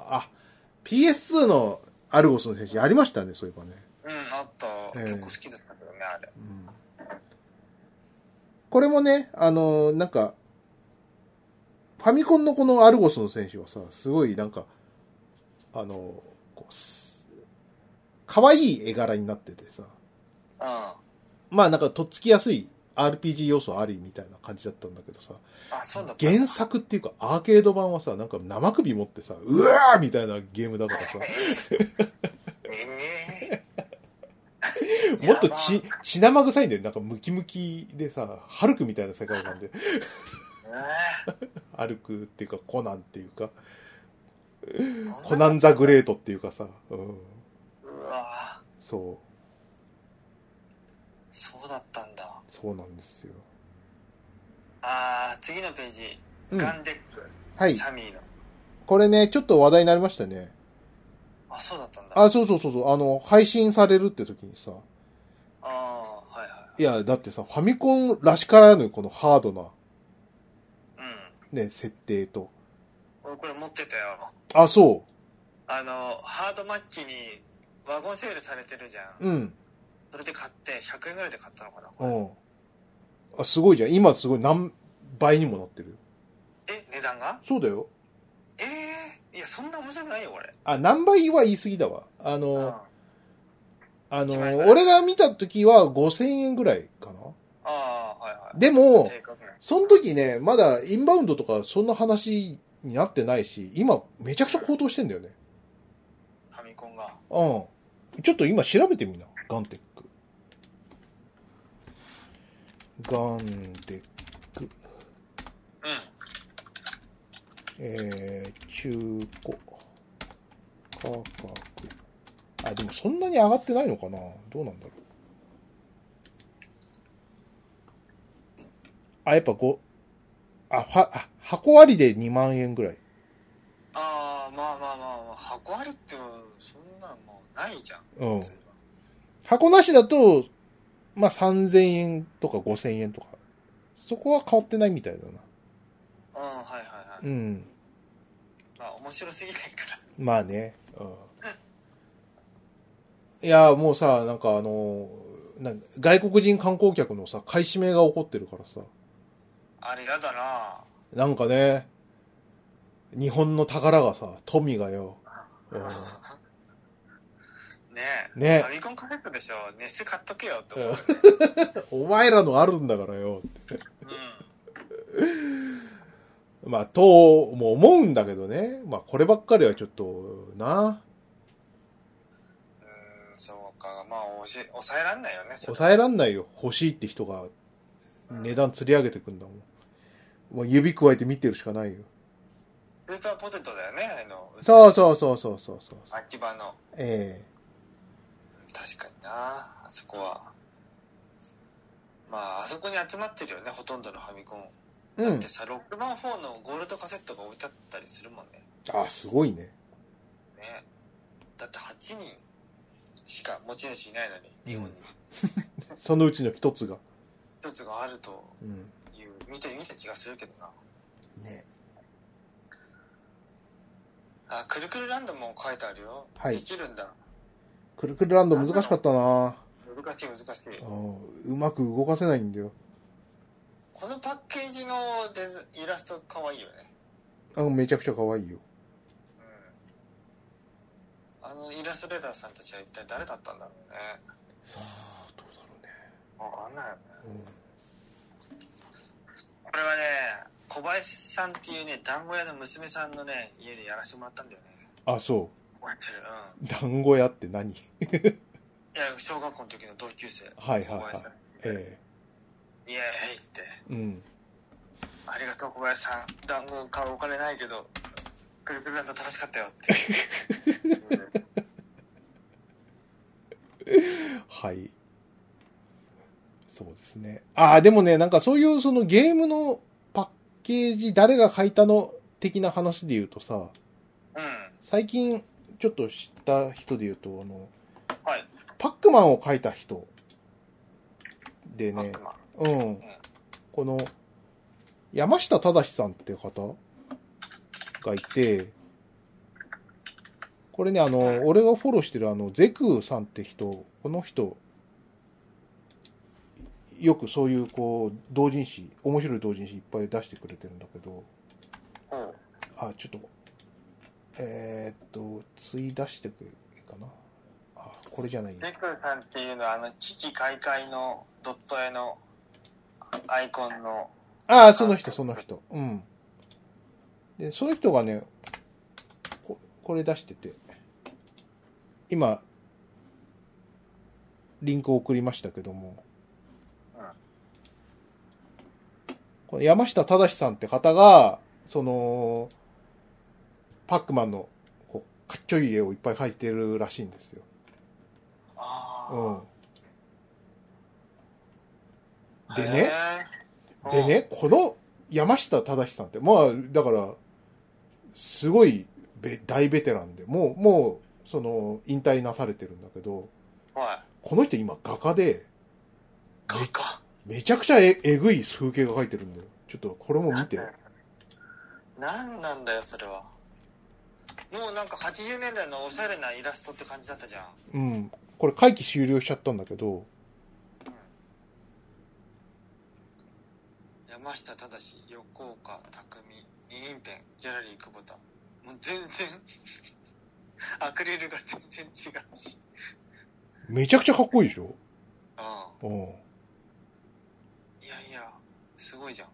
S2: あ、あ、PS2 のアルゴスの選手ありましたね、そういえばね。
S1: うん、あった。
S2: ええ
S1: 結構好きだったけどね、あれ。
S2: うんこれもね、あのーなんか、ファミコンのこのアルゴスの選手はさ、すごいなんか、あのーこうす、可愛い絵柄になっててさ、
S1: うん。
S2: まあなんかとっつきやすい RPG 要素ありみたいな感じだったんだけどさ、
S1: あ、そうだった。
S2: 原作っていうかアーケード版はさ、なんか生首持ってさ、うわーみたいなゲームだからさ、
S1: ええ
S2: もっと
S1: やば
S2: ち、血生臭いんだよ。なんかムキムキでさ、ハルクみたいな世界観で、
S1: え
S2: 歩くっていうかコナンっていうか、
S1: え
S2: コナンザグレートっていうかさ、うん、
S1: うわ
S2: そ
S1: そうだったんだ
S2: う、。そうなんですよ。
S1: あー、次のページ。
S2: うん
S1: ガンデック、
S2: はい。
S1: サミーの。
S2: これね、ちょっと話題になりましたね。
S1: あ、そうだったんだ。
S2: あ、そうそうそうそう、あの、配信されるって時にさ、
S1: ああ、はいはい。
S2: や、だってさ、ファミコンらしからぬこのハードない
S1: うん。
S2: ね、設定と。
S1: 俺これ持ってたよ。
S2: あ、そ
S1: あの、ハードマッチにワゴンセールされてるじゃん。
S2: う。うん。
S1: それで買って、100円ぐらいで買ったのかな、こ
S2: う
S1: れ。
S2: ん。あ、すごいじゃん。今すごい何倍にもなってる。
S1: え、値段が
S2: そうだよ。
S1: ええいや、そんな面白くないよ、これ。
S2: あ、何倍は言い過ぎだわ。あ
S1: うん。
S2: の、
S1: あ
S2: あの
S1: 一枚ぐ、らい
S2: 俺が見た時は5000円ぐらいかな。
S1: あー、はいはい。
S2: でも、
S1: 定価ぐらい
S2: その時ね、まだインバウンドとかそんな話になってないし、今めちゃくちゃ高騰してんだよね。
S1: ファミコンが。
S2: うん。ちょっと今調べてみな。ガンテック。ガンテック。
S1: うん。
S2: えー、中古価格。あ、でもそんなに上がってないのかなどうなんだろう。あ、やっぱ5、あ、は、あ、箱割りで2万円ぐらい。
S1: ああ、まあまあまあまあ、箱ありって、そんなんもうないじゃん。
S2: うん
S1: 普通は
S2: 箱なしだと、まあ、3000円とか5000円とか。そこは変わってないみたいだな。
S1: うん、はいはいはい。
S2: うん。
S1: まあ、面白すぎないから。
S2: まあね。うん。いや、もうさ、なんかあの、なん外国人観光客のさ、買い占めが起こってるからさ。
S1: あれやだな
S2: なんかね、日本の宝がさ、富がよ。うん
S1: ねえ。
S2: ね
S1: ファミコンカフェットでしょ。ネス買っとけよって思う。
S2: お前らのあるんだからよ。
S1: うん。
S2: まあ、と、も思うんだけどね。まあ、こればっかりはちょっと、な。
S1: うん、そうか。まあ、おし抑えらんないよね、それ
S2: 抑えらんないよ。欲しいって人が、値段釣り上げてくんだもん。もう指加えて見てるしかないよ。
S1: スーパーポテトだよね、あの、
S2: そうそうそうそうそうそう。
S1: 秋葉の。
S2: え
S1: 確かになあそこは。まあ、あそこに集まってるよね、ほとんどのファミコン。
S2: え
S1: だ
S2: う
S1: っ
S2: ん
S1: て。さ、ロックマン4のゴールドカセットが置いてあったりするもんね。
S2: あ、すごいね。
S1: ねだって8人しか持ち主いないのに、日本に。
S2: そのうちの一つが。
S1: 一つがあると
S2: うん。
S1: いう、見て見た気がするけどな。
S2: ね。
S1: あ、くるくるランドも書いてあるよ。
S2: はい
S1: できるんだ。
S2: くるくるランド難しかったな
S1: 難しい難しい。
S2: うんうまく動かせないんだよ。
S1: このパッケージのデザイラスト可愛いよね。
S2: あめちゃくちゃ可愛いよ。
S1: うん。あのイラストレーターさんたちは一体誰だったんだろうね。
S2: さあ、どうだろうね。
S1: わかんないよね。
S2: うん
S1: これはね、小林さんっていうね、団子屋の娘さんのね、家でやらせてもらったんだよね。
S2: あ、そ
S1: 覚えてる。うん。
S2: う。団子屋って何
S1: いや、小学校の時の同級生。
S2: はいはいはい
S1: 小林さん。
S2: え
S1: イエーイって。
S2: えうん。
S1: ありがとう、小林さん。団子買うお金ないけど、くるくるランド楽しかったよ って。うん
S2: はい。そうですね。ああ、でもね、なんかそういうそのゲームのパッケージ、誰が書いたの的な話で言うとさ、
S1: うん。
S2: 最近ちょっと知った人で言うと、あの、
S1: はい。
S2: パックマンを書いた人で
S1: パ
S2: ね
S1: ッ、クマン
S2: うん。この、山下忠さんっていう方がいて、これね、あの、俺がフォローしてるあの、ゼクさんって人、この人、よくそういう、こう、同人誌、面白い同人誌いっぱい出してくれてるんだけど、
S1: ほう。
S2: あ、ちょっと、えーっと、つい出してくれかな。あ、これじゃない。
S1: ゼクさんっていうのは、あの、危機開会のドット絵のアイコンの、
S2: ああ、その人、その人。うん。で、その人がね、ここれ出してて、今、リンクを送りましたけども、
S1: うん
S2: この山下忠さんって方が、その、パックマンの、こう、かっちょいい絵をいっぱい描いてるらしいんですよ。
S1: あー
S2: うん。でね、
S1: へー
S2: で、ね、この山下忠さんって、まあ、だから、すごいべ大ベテランで、もう、もう、その、引退なされてるんだけど、
S1: うんはい。
S2: この人今画家で、
S1: 画家。
S2: めちゃくちゃええぐい風景が描いてるんだよ。ちょっとこれも見て。
S1: 何なんだよ、それは。もうなんか80年代のおしゃれなイラストって感じだったじゃん。
S2: うん。これ会期終了しちゃったんだけど、
S1: 山下忠志横岡匠二人展ギャラリー久保田もう全然 アクリルが全然違うし
S2: めちゃくちゃかっこいいでしょ
S1: うん
S2: うん。
S1: いやいやすごいじゃん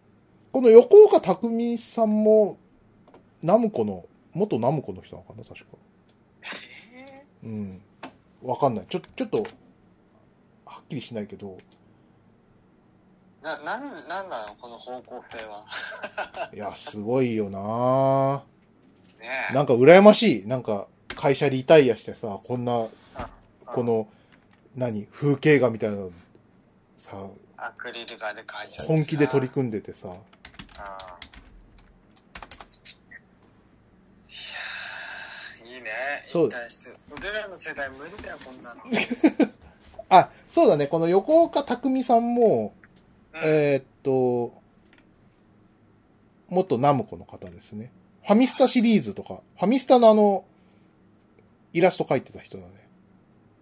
S2: この横岡匠さんも、ナムコの、元ナムコの人なのかな、確か。
S1: え
S2: うん。わかんない。ちょ、ちょっと、はっきりしないけど、
S1: ー、ななんなんなのこの方向性はい
S2: や、すごいよな
S1: ねえ
S2: なんか羨ましい。なんか、会社リタイアしてさ、こんな、この、何、風景画みたいなの、さ、
S1: アクリル画で描いちゃってさ
S2: 本気で取り組んでてさ、
S1: あーいやーいいね
S2: そう
S1: 引退して俺らの世代無理だよこんなの、うん、
S2: あ、そうだね、この横岡匠さんも、
S1: え
S2: えーっと、元ナムコの方ですね。ファミスタシリーズとか、ファミスタのあの、イラスト描いてた人だね。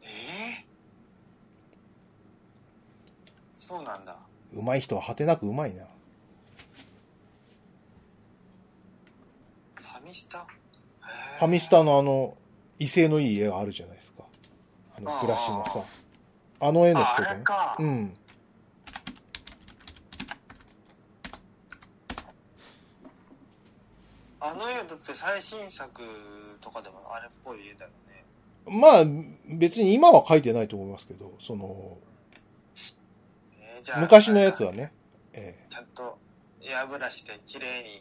S1: ええそうなんだ。
S2: うまい人は果てなくうまいな。
S1: ファミスタ
S2: ファミスタのあの、威勢のいい絵があるじゃないですか。あの、暮らしのさ。あの絵の
S1: あ、
S2: 人
S1: あ
S2: だ
S1: れ
S2: ね。
S1: か。
S2: うん。
S1: あの絵だって最新作とかでもあれっぽい絵だよね。
S2: まあ、別に今は描いてないと思いますけど、その、
S1: えーじゃあ
S2: 昔のやつはね、え
S1: ちゃんとエアブラシで綺麗に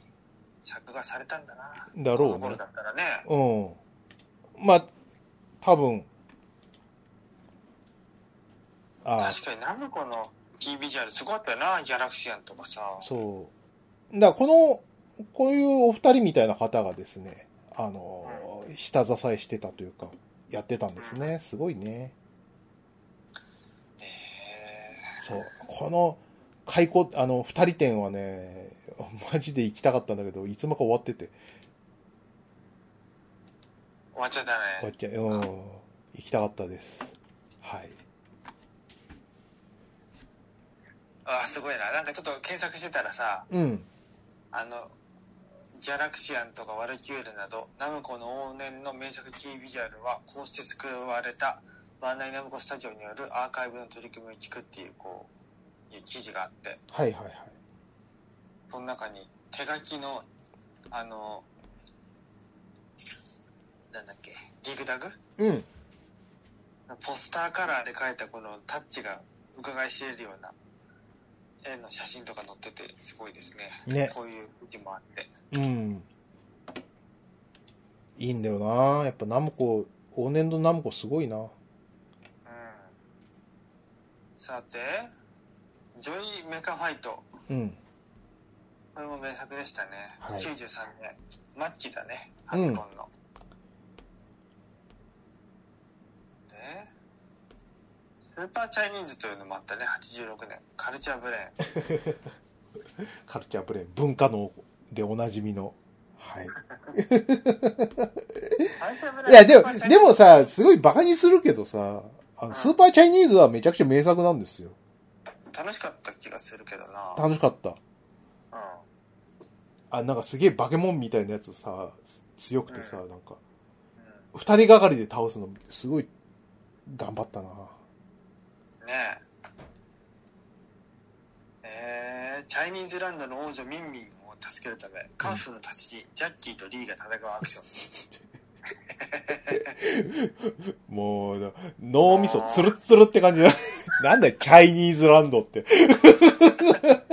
S1: 作画されたんだな。
S2: えだろう
S1: この頃
S2: ね
S1: だ。ったらね。
S2: うん。まあ、多分、ああ、
S1: 確かにナムコのキービジュアルすごかったよな、ギャラクシアンとかさ。
S2: そう。だからこの、こういうお二人みたいな方がですね、あの、下支えしてたというか、やってたんですね。すごいね。
S1: え
S2: そう。この、開口、あの、二人展はね、マジで行きたかったんだけど、いつもか終わってて、
S1: ー、終わっちゃった
S2: こうや
S1: ね
S2: っ。て、うん、行きたかったです。はい。
S1: あー、すごいな。なんかちょっと検索してたらさ、
S2: うん。
S1: あの、ギャラクシアンとかワルキューレなど、ナムコの往年の名作キービジュアルは、こうして救われた、バンダイナムコスタジオによるアーカイブの取り組みを聞くっていう、こう、いう記事があって、
S2: はいはいはい。
S1: その中に手書きの、あの、なんだっけ、ディグダグ
S2: うん。
S1: ポスターカラーで描いたこのタッチが伺い知れるような絵の写真とか載っててすごいですね。
S2: ね
S1: こういう字もあって。
S2: うん。いいんだよな。やっぱナムコ、往年のナムコすごいな。
S1: うん。さて、ジョイメカファイト。
S2: うん。
S1: これも名作でしたね。
S2: はい
S1: 93年。末期だね。ハミコンの。で、スーパーチャイニーズというのもあったね。86年。カルチャーブレーン。
S2: カルチャープレイ、文化のでおなじみの。はい。
S1: カルチャーブレーン
S2: いや、で
S1: スーパーチャイニーズ
S2: も、でもさ、すごいバカにするけどさ、あ
S1: う
S2: の
S1: ん
S2: スーパーチャイニーズはめちゃくちゃ名作なんですよ。
S1: 楽しかった気がするけどな。
S2: 楽しかった。
S1: うん。
S2: あ、なんかすげえバケモンみたいなやつさ、強くてさ、
S1: う
S2: なんか、二人がかりで倒すの、すごい、頑張ったな。
S1: ねえ。えー、チャイニーズランドの王女ミンミンを助けるため、カンフーの達人、ジャッキーとリーが戦うアク ション。
S2: もう、脳みそツルッツルって感じだ。 なんだよ、チャイニーズランドって。
S1: ジャッ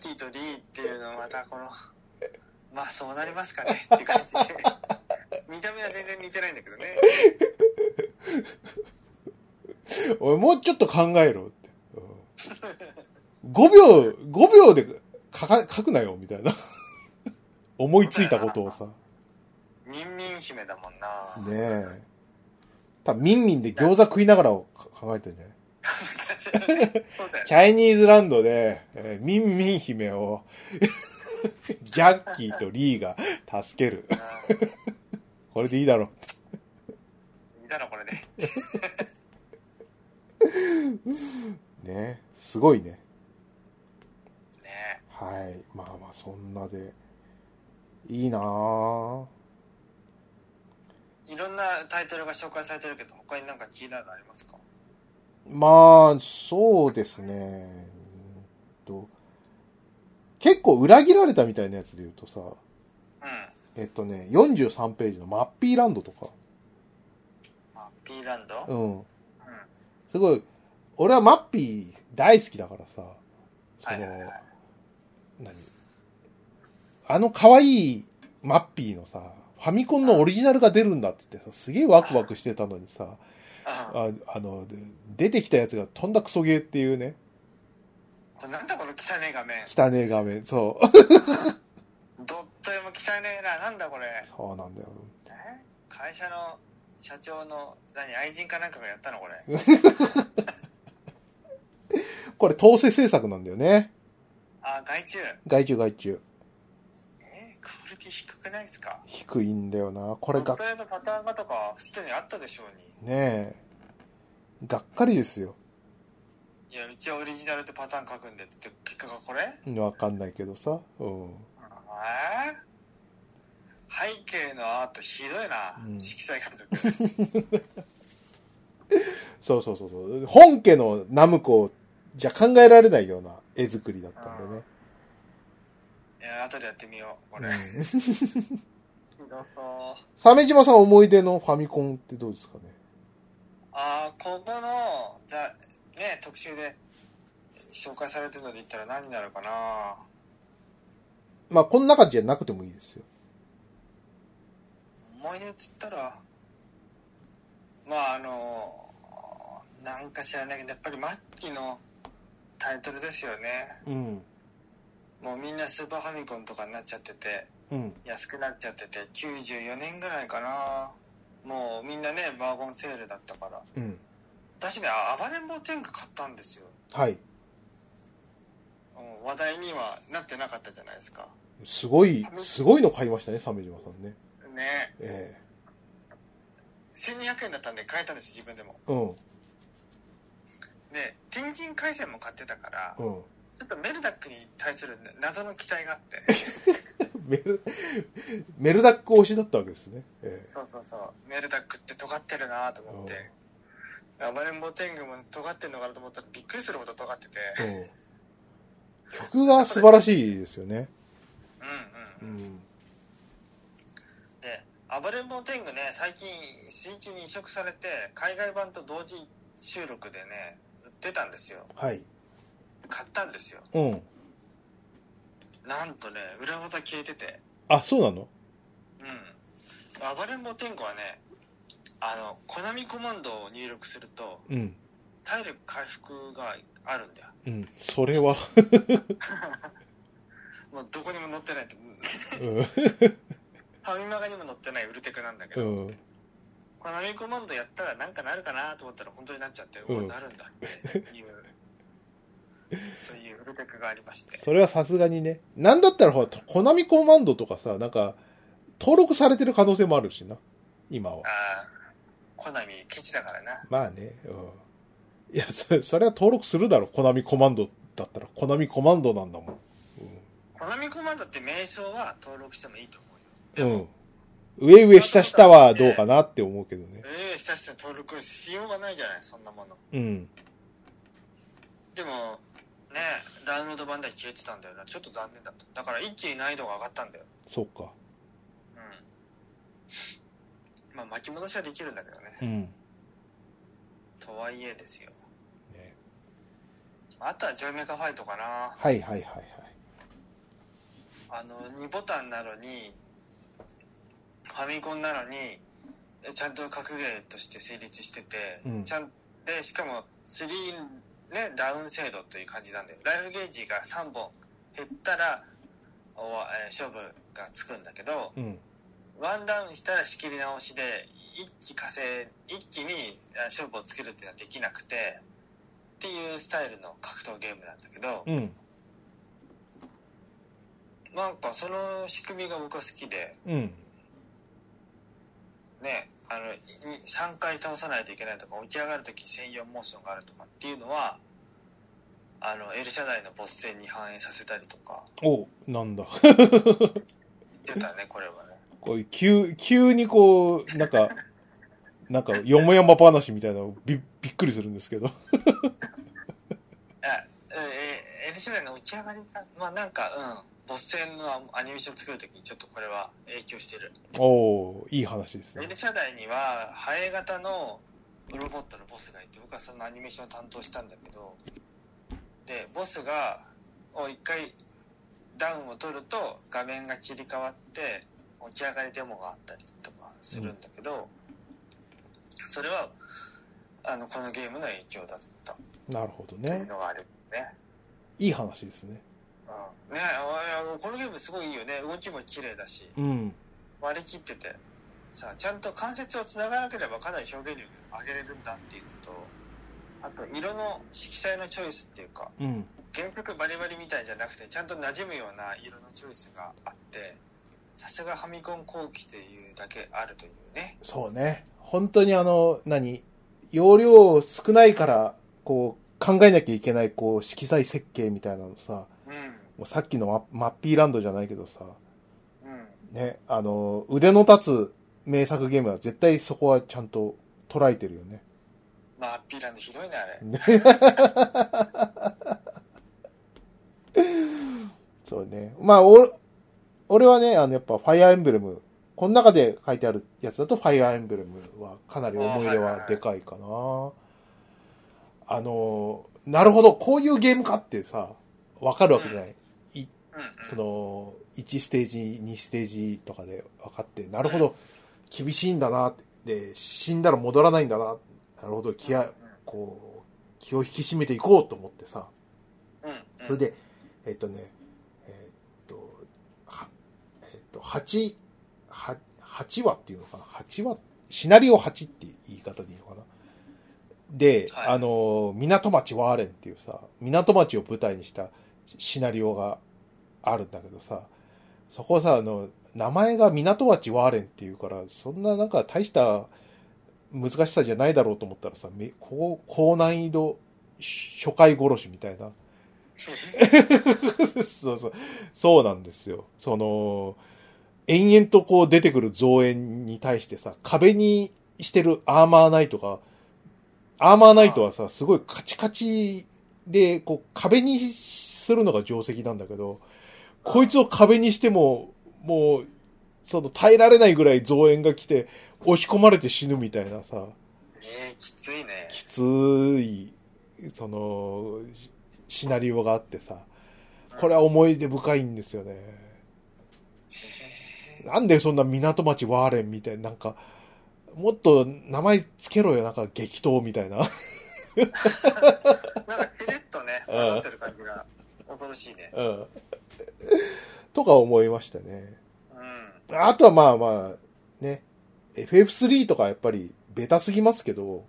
S1: キーとリーっていうのはまたこの、まあそうなりますかねっていう感じ で。見た目は全然似てないんだけどね。
S2: おい、もうちょっと考えろって。うん、5秒、5秒で書か、書くなよ、みたいな。 思いついたことをさ。
S1: ミンミン姫だもんな。
S2: ねえ。多分、ミンミンで餃子食いながらをか考えてるんじゃない
S1: そうだよね。
S2: チャイニーズランドで、えーミンミン姫を、 ジャッキーとリーが助ける。
S1: うん
S2: これでいいだろ
S1: 見たらこれね。
S2: う。ねすごいね。
S1: ね
S2: はい。まあまあ、そんなで。いいなぁ。
S1: えいろんなタイトルが紹介されてるけど、他になんか気になるのありますか
S2: まあ、そうですね。うーんと結構裏切られたみたいなやつで言うとさ、
S1: うん。
S2: えっとね、43ページのマッピーランドとか、
S1: まあ、ピーランドう。
S2: うんん。すごい、俺はマッピー大好きだからさ、そ
S1: はい
S2: の、
S1: はいはい。
S2: 何あの可愛いマッピーのさ、ファミコンのオリジナルが出るんだっつってさ、すげえワクワクしてたのにさ、
S1: うん
S2: ああの、で出てきたやつがとんだクソゲーっていうね、
S1: これなんだこの汚ねえ画面
S2: 汚ねえ画面、そう。
S1: ドット絵も汚ねえななんだこれ
S2: そうなんだよ。
S1: 会社の社長の何愛人かなんかがやったのこれ
S2: これ、統制政策なんだよね。
S1: あ外注
S2: 外注外注。
S1: クオリティ低くないですか
S2: 低いんだよな。これが
S1: こ、れのパターンがとかすでにあったでしょうに
S2: ねえ、がっかりですよ。
S1: いやうちはオリジナルってパターン書くんでっつって結果がこれ
S2: わかんないけどさ。うん。
S1: えー背景のアートひどいな、
S2: うん
S1: 色彩感覚
S2: そうそうそうそう。本家のナムコじゃ考えられないような絵作りだったんでね。
S1: いや後でやってみようこれ、 ひ
S2: うん
S1: どそう
S2: 鮫島さん思い出のファミコンってどうですかね
S1: ああここのザね特集で紹介されてるので言ったら何になるかな
S2: まあ、この中じゃなくてもいいですよ。
S1: 思い出っつったらまああのなんか知らないけどやっぱりマッキーのタイトルですよね
S2: うん。
S1: もうみんなスーパーファミコンとかになっちゃってて
S2: うん。
S1: 安くなっちゃってて94年ぐらいかなもうみんなねバーゴンセールだったから
S2: うん。
S1: 私ねあ暴れん坊天狗買ったんですよ
S2: はい。
S1: うん話題にはなってなかったじゃないですか
S2: すごい、すごいの買いましたね、鮫島さんね。
S1: ね
S2: え
S1: 1200円だったんで買えたんですよ自分でも
S2: え
S1: で天神海戦も買ってたから
S2: うん。うん。
S1: ちょっとメルダックに対する謎の期待があって
S2: メル、メルダック推しだったわけですね。え
S1: そうそうそうメルダックって尖ってるなと思って暴れん坊天狗も尖ってんのかなと思ったらびっくりするほど尖ってて
S2: え。うん。曲が素晴らしいですよね。
S1: うんうんうん
S2: ん。
S1: で暴れん坊天狗ね最近スイッチに移植されて海外版と同時収録でね売ってたんですよ
S2: はい。
S1: 買ったんですよ
S2: うん。
S1: なんとね裏技消えてて
S2: あ、そうなの
S1: うん暴れん坊天狗はねあのコナミコマンドを入力すると
S2: うん。
S1: 体力回復があるんだ よ
S2: うん。それ は、
S1: もうどこにも載ってないって
S2: う
S1: ファミマガにも載ってないウルテクなんだけど、
S2: ん。うん。
S1: コナミコマンドやったらなんかなるかなと思ったら本当になっちゃって、うお
S2: うん
S1: なるんだっていう そういうウルテクがありまして
S2: それはさすがにね。なんだったらほら、コナミコマンドとかさ、なんか、登録されてる可能性もあるしな。今は。
S1: ああ、コナミ、ケチだからな。
S2: まあね、うん。いや、それ、それは登録するだろ。コナミコマンドだったら、コナミコマンドなんだもん。
S1: コナミコマンドって名称は登録してもいいと思う
S2: う
S1: よ。
S2: ん。うん。上上下下はどうかなって思うけどね。
S1: ええしたして登録しようがないじゃない、そんなもの。
S2: うん。
S1: でも、ね、ダウンロード版では消えてたんだよな。ちょっと残念だった。だから一気に難易度が上がったんだよ。
S2: そうか。
S1: うん。まあ巻き戻しはできるんだけどね。
S2: うん。
S1: とはいえですよ。
S2: ね、
S1: あとはジョイメカファイトかな。
S2: はいはいはいはい。
S1: あの、2ボタンなのに、ファミコンなのに、えちゃんと格ゲーとして成立してて、
S2: うん
S1: ちゃんで、しかも3、ね、ダウン制度という感じなんだよ。ライフゲージが3本減ったら、おわえー勝負がつくんだけど、
S2: うん。
S1: ワンダウンしたら仕切り直しで、一気稼い、一気にあ勝負をつけるっていうのはできなくて、っていうスタイルの格闘ゲームなんだけど、
S2: うん。
S1: なんかその仕組みが僕は好きで、
S2: うん。
S1: ね、あの、い3回倒さないといけないとか、起き上がるとき専用モーションがあるとかっていうのは、あの、L 社内のボス戦に反映させたりとか、
S2: お、なんだ。
S1: 言ってたね、これはね。
S2: こう急、急にこう、なんか、なんか、よもやま話みたいなのび、びっくりするんですけど。
S1: え、え、え L 社内の起き上がりが、まあなんか、うん、ボス戦のアニメーション作るときにちょっとこれは影響してる。
S2: おー、いい話ですね
S1: L。社内には、ハエ型のロボットのボスがいて、僕はそのアニメーションを担当したんだけど、で、ボスが、を一回ダウンを取ると画面が切り替わって、起き上がりデモがあったりとかするんだけど、それは、あの、このゲームの影響だったっ
S2: なるほど
S1: ていう
S2: ね。
S1: のがあるね。
S2: いい話ですね。
S1: うん、ねあいやこのゲームすごいいいよね。動きも綺麗だし。
S2: うん。
S1: 割り切っててさちゃんと関節をつながなければかなり表現力を上げれるんだっていうのとあと色の色彩のチョイスっていうか
S2: うん。
S1: 原色バリバリみたいじゃなくてちゃんと馴染むような色のチョイスがあってさすがファミコン後期というだけあるというね。
S2: そうね。本当にあの、何容量少ないから、こう、考えなきゃいけない、こう、色彩設計みたいなのさ、
S1: う
S2: もうさっきのママッピーランドじゃないけどさ、
S1: ん。うん。
S2: ね、あの、腕の立つ名作ゲームは絶対そこはちゃんと捉えてるよね。
S1: まあ、ハッピーランドひどいね、あれ。
S2: ねそうね。まあ、お俺はね、あの、やっぱ、ファイアーエンブレム、この中で書いてあるやつだと、ファイアーエンブレムはかなり思い入れはでかいかな。あの、なるほど、こういうゲームかってさ、わかるわけじゃない。
S1: うんうん。
S2: その、1ステージ、2ステージとかで分かって、なるほど、厳しいんだなって、で、死んだら戻らないんだな、なるほど、気合、こう、気を引き締めていこうと思ってさ、
S1: うんうん。
S2: それで、えっとね、えっと、は、えっと、8、は、8話っていうのかな ?8 話シナリオ8って言い方でいいのかなで、
S1: はい
S2: あの、港町ワーレンっていうさ、港町を舞台にしたシナリオがあるんだけどさ、そこさ、あの、名前が港町ワーレンっていうから、そんななんか大した難しさじゃないだろうと思ったらさ、め高高難易度初回殺しみたいな。そうそう。そうなんですよ。その、延々とこう出てくる増援に対してさ、壁にしてるアーマーナイトが、アーマーナイトはさ、すごいカチカチで、こう壁にするのが定石なんだけど、こいつを壁にしても、もう、その耐えられないぐらい増援が来て、押し込まれて死ぬみたいなさ、
S1: ええ、きついね。
S2: きつい、その、シシナリオがあってさ、これは思い出深いんですよね。なんでそんな港町ワーレンみたいな、なんか、もっと名前つけろよ、なんか激闘みたいな。
S1: なんか、ピリッと ね、
S2: うん
S1: 混ざってる感じが恐ろしいね。
S2: うん。とか思いましたね。
S1: うん。
S2: あとはまあまあ、ね、FF3 とかやっぱりベタすぎますけど、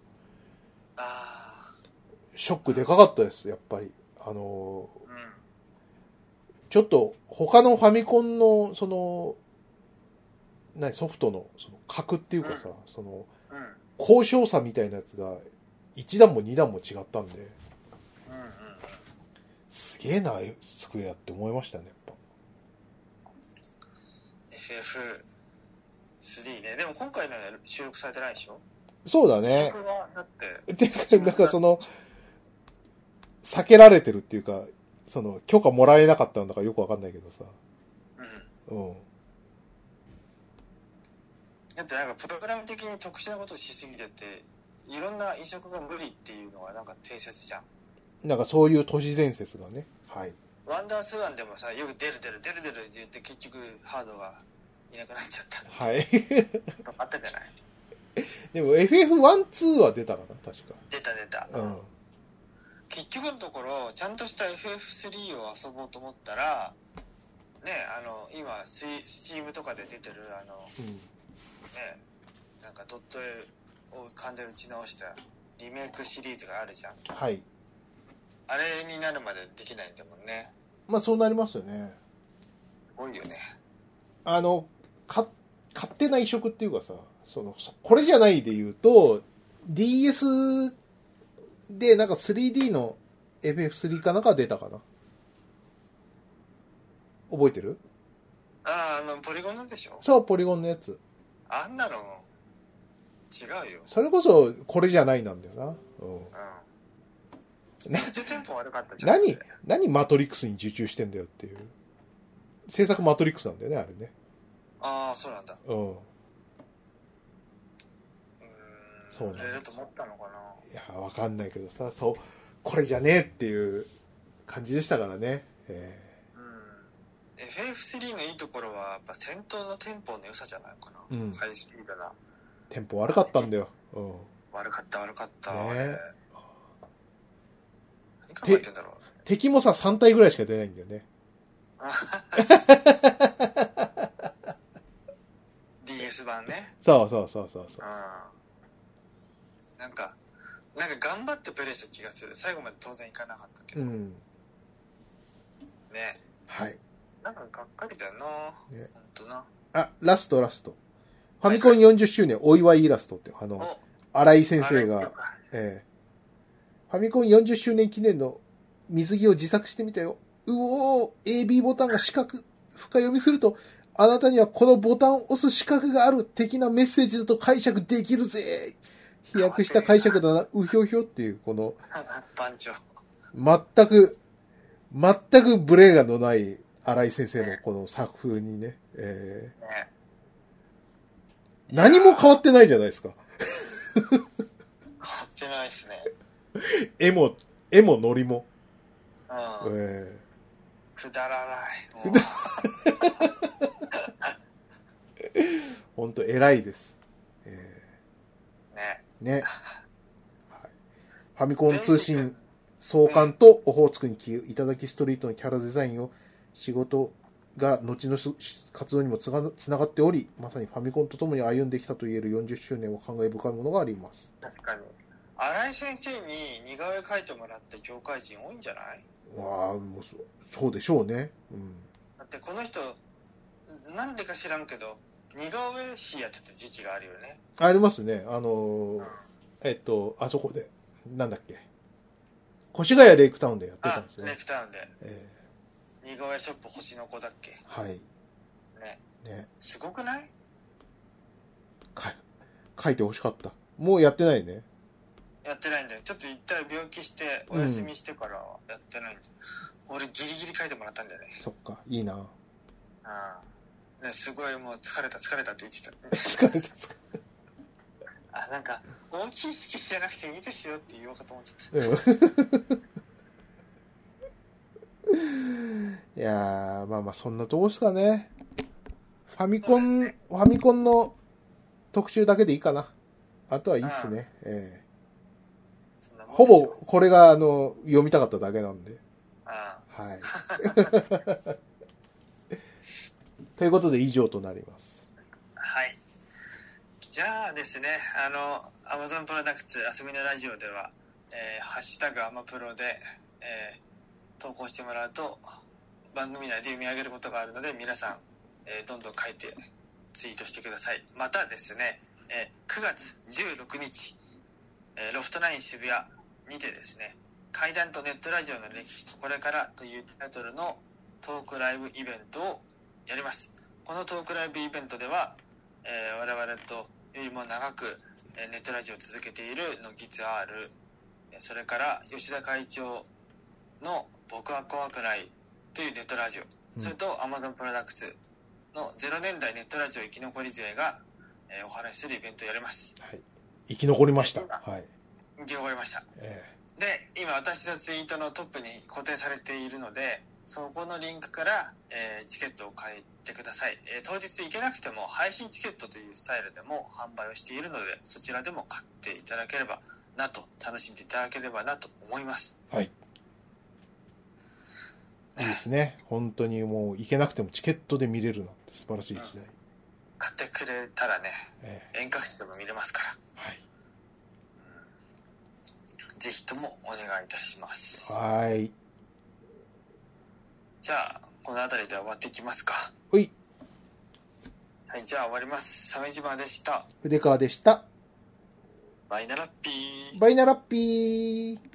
S1: ああ。
S2: ショックでかかったです、やっぱり。あのー、
S1: うん。
S2: ちょっと他のファミコンの、その、何、ソフトの、その、格っていうかさ、その、
S1: うん。
S2: 高尚さみたいなやつが、1段も2段も違ったんで、
S1: うん。うん。
S2: すげえな、スクエアって思いましたね、やっ
S1: FF3 ね。でも今回のやる収録されてないでしょ
S2: ぱ。そうだ
S1: 収
S2: ね。
S1: 録はだって、
S2: で、なんかその、避けられてるっていうか、その、許可もらえなかったんだからよくわかんないけどさ。
S1: うん。
S2: うん。
S1: だってなんかプログラム的に特殊なことをしすぎてて、いろんな移植が無理っていうのがなんか定説じゃん。
S2: なんかそういう都市伝説がね。はい。
S1: ワンダースワンでもさ、よく出る出る出る出るって言って結局ハードがいなくなっちゃった
S2: はい。
S1: あったじゃない
S2: でも FF1、2は出たかな、確か。
S1: 出た出た。
S2: うん。
S1: 結局のところちゃんとした FF3 を遊ぼうと思ったらねあの今スイスチームとかで出てるあの
S2: うん。
S1: ねなんかドット絵を完全打ち直したリメイクシリーズがあるじゃん
S2: はい。
S1: あれになるまでできないんだもんね
S2: まあそうなりますよね。
S1: すごいよね
S2: あの、か、勝手な移植っていうかさ、その、そこれじゃないで言うと、DS でなんか 3D の FF3 かなんか出たかな。覚えてる
S1: あああのポリゴンなんでしょ
S2: そう、ポリゴンのやつ。
S1: あんなの違うよ
S2: それこそ、これじゃないなんだよな。うん。
S1: うんめっちゃテンポ悪かったじゃん
S2: 何、何マトリックスに受注してんだよっていう。制作マトリックスなんだよね、あれね。
S1: ああそうなんだ
S2: うん。
S1: う
S2: そう
S1: ー
S2: なんん
S1: 売
S2: だ
S1: れると思ったのかない
S2: や、わかんないけどさ、そう、これじゃねえっていう感じでしたからね。えー
S1: うん FF3 のいいところはやっぱ戦闘のテンポの良さじゃないかな、
S2: うん
S1: ハイスピードな
S2: テンポ悪かったんだよ。うん。
S1: 悪かった悪かった、
S2: ね
S1: あれ何考えてんだろう
S2: 敵もさ、3体ぐらいしか出ないんだよね。
S1: DS 版ね
S2: そうそうそうそうそう
S1: うん。なんかなんか頑張ってプレイした気がする最後まで当然いかなかったけ
S2: う
S1: ど、ね
S2: ん。はい。
S1: なんかがっかりだよな。
S2: ね
S1: ほんとな。
S2: あ、ラストラスト。ファミコン40周年お祝いイラストって、あの、
S1: お
S2: 荒井先生
S1: あれよ、
S2: が
S1: か
S2: ええファミコン40周年記念の水着を自作してみたよ。うおー !AB ボタンが四角、深読みすると、あなたにはこのボタンを押す資格がある的なメッセージだと解釈できるぜ飛躍した解釈だな、うひょひょっていう、この、
S1: 番長。
S2: 全く、全くブレがのない荒井先生のこの作風にね、ええ
S1: ね。
S2: 何も変わってないじゃないですか。
S1: 買ってないっすね。
S2: 絵も、絵もノリも。
S1: うん。
S2: ええ
S1: くだらない。もう
S2: ほんと偉いです。え
S1: ね。
S2: えね、はい。ファミコン通信創刊とオホーツクに起用いただきストリートのキャラデザインを仕事が後の活動にもつがつながっており、まさにファミコンとともに歩んできたといえる40周年は感慨深いものがあります。
S1: 確かに。新井先生に似顔絵描いてもらった業界人多いんじゃない
S2: わあ、もうそそうでしょうね。うん。
S1: だってこの人、なんでか知らんけど、似顔絵師やってた時期があるよね。
S2: ありますね。あのーえっと、あそこで、なんだっけ。越谷レイクタウンでやってた
S1: あ
S2: んです、
S1: レ
S2: ね
S1: イ。クタウンで。
S2: え
S1: 似顔絵ショップ星の子だっけ
S2: ーはい。
S1: ね。
S2: ね。
S1: すごくない
S2: か書いてほしかった。もうやってないね。
S1: やってないんだよ。ちょっと一旦病気して、お休みしてからはやってないんだよ。俺ギリギリ書いてもらったんだよね。
S2: そっか、いい
S1: う
S2: な。
S1: ん。ね、すごいもう疲れた疲れたって言ってた。
S2: 疲れた疲
S1: あ、なんか、大きい意識じゃなくていいですよって言おうかと思っちゃっ
S2: れうん。 いやー、まあまあ、そんなとこですかね。ファミコ
S1: そう
S2: ン、
S1: です
S2: ファミコンの特集だけでいいかな。あとはいいっすね。え
S1: た。そんな
S2: ー
S1: もん
S2: ほ
S1: でし
S2: ぼ、
S1: ょ
S2: これが、あの、読みたかっただけなんで。
S1: う
S2: はい。ということで以上となります。
S1: ん。はい。じゃあですね、あの、Amazon プロダクツ遊びのラジオでは、えーハッシュタグアマプロで、えー投稿してもらうと、番組内で読み上げることがあるので、皆さん、えーどんどん書いて、ツイートしてください。またですね、えー9月16日、えーロフトナイン渋谷にてですね、階段とネットラジオの歴史とこれからというタイトルのトークライブイベントをやります。このトークライブイベントでは、えー我々とよりも長く、えーネットラジオを続けている乃木ツアール、えーそれから吉田会長の僕は怖くないというネットラジオ、
S2: ん
S1: それと Amazon プロダクツの0年代ネットラジオ生き残り勢が、えーお話しするイベントをやります。
S2: はい。生き残りました。はい。
S1: 行き終わりました。
S2: え
S1: で今私のツイートのトップに固定されているのでそこのリンクから、えーチケットを買ってください、えー当日行けなくても配信チケットというスタイルでも販売をしているのでそちらでも買っていただければなと楽しんでいただければなと思います
S2: えはい。いいですね。本当にもう行けなくてもチケットで見れるなんて素晴らしい時代。
S1: 買ってくれたらね
S2: ええ
S1: 遠隔地でも見れますから
S2: はい。
S1: ぜひともお願いいたします
S2: はーい。
S1: じゃあこの辺りで終わっていきますか
S2: ほい。
S1: はいじゃあ終わります鮫島でした
S2: 筆川でした。
S1: バイナラッピー
S2: バイナラッピー。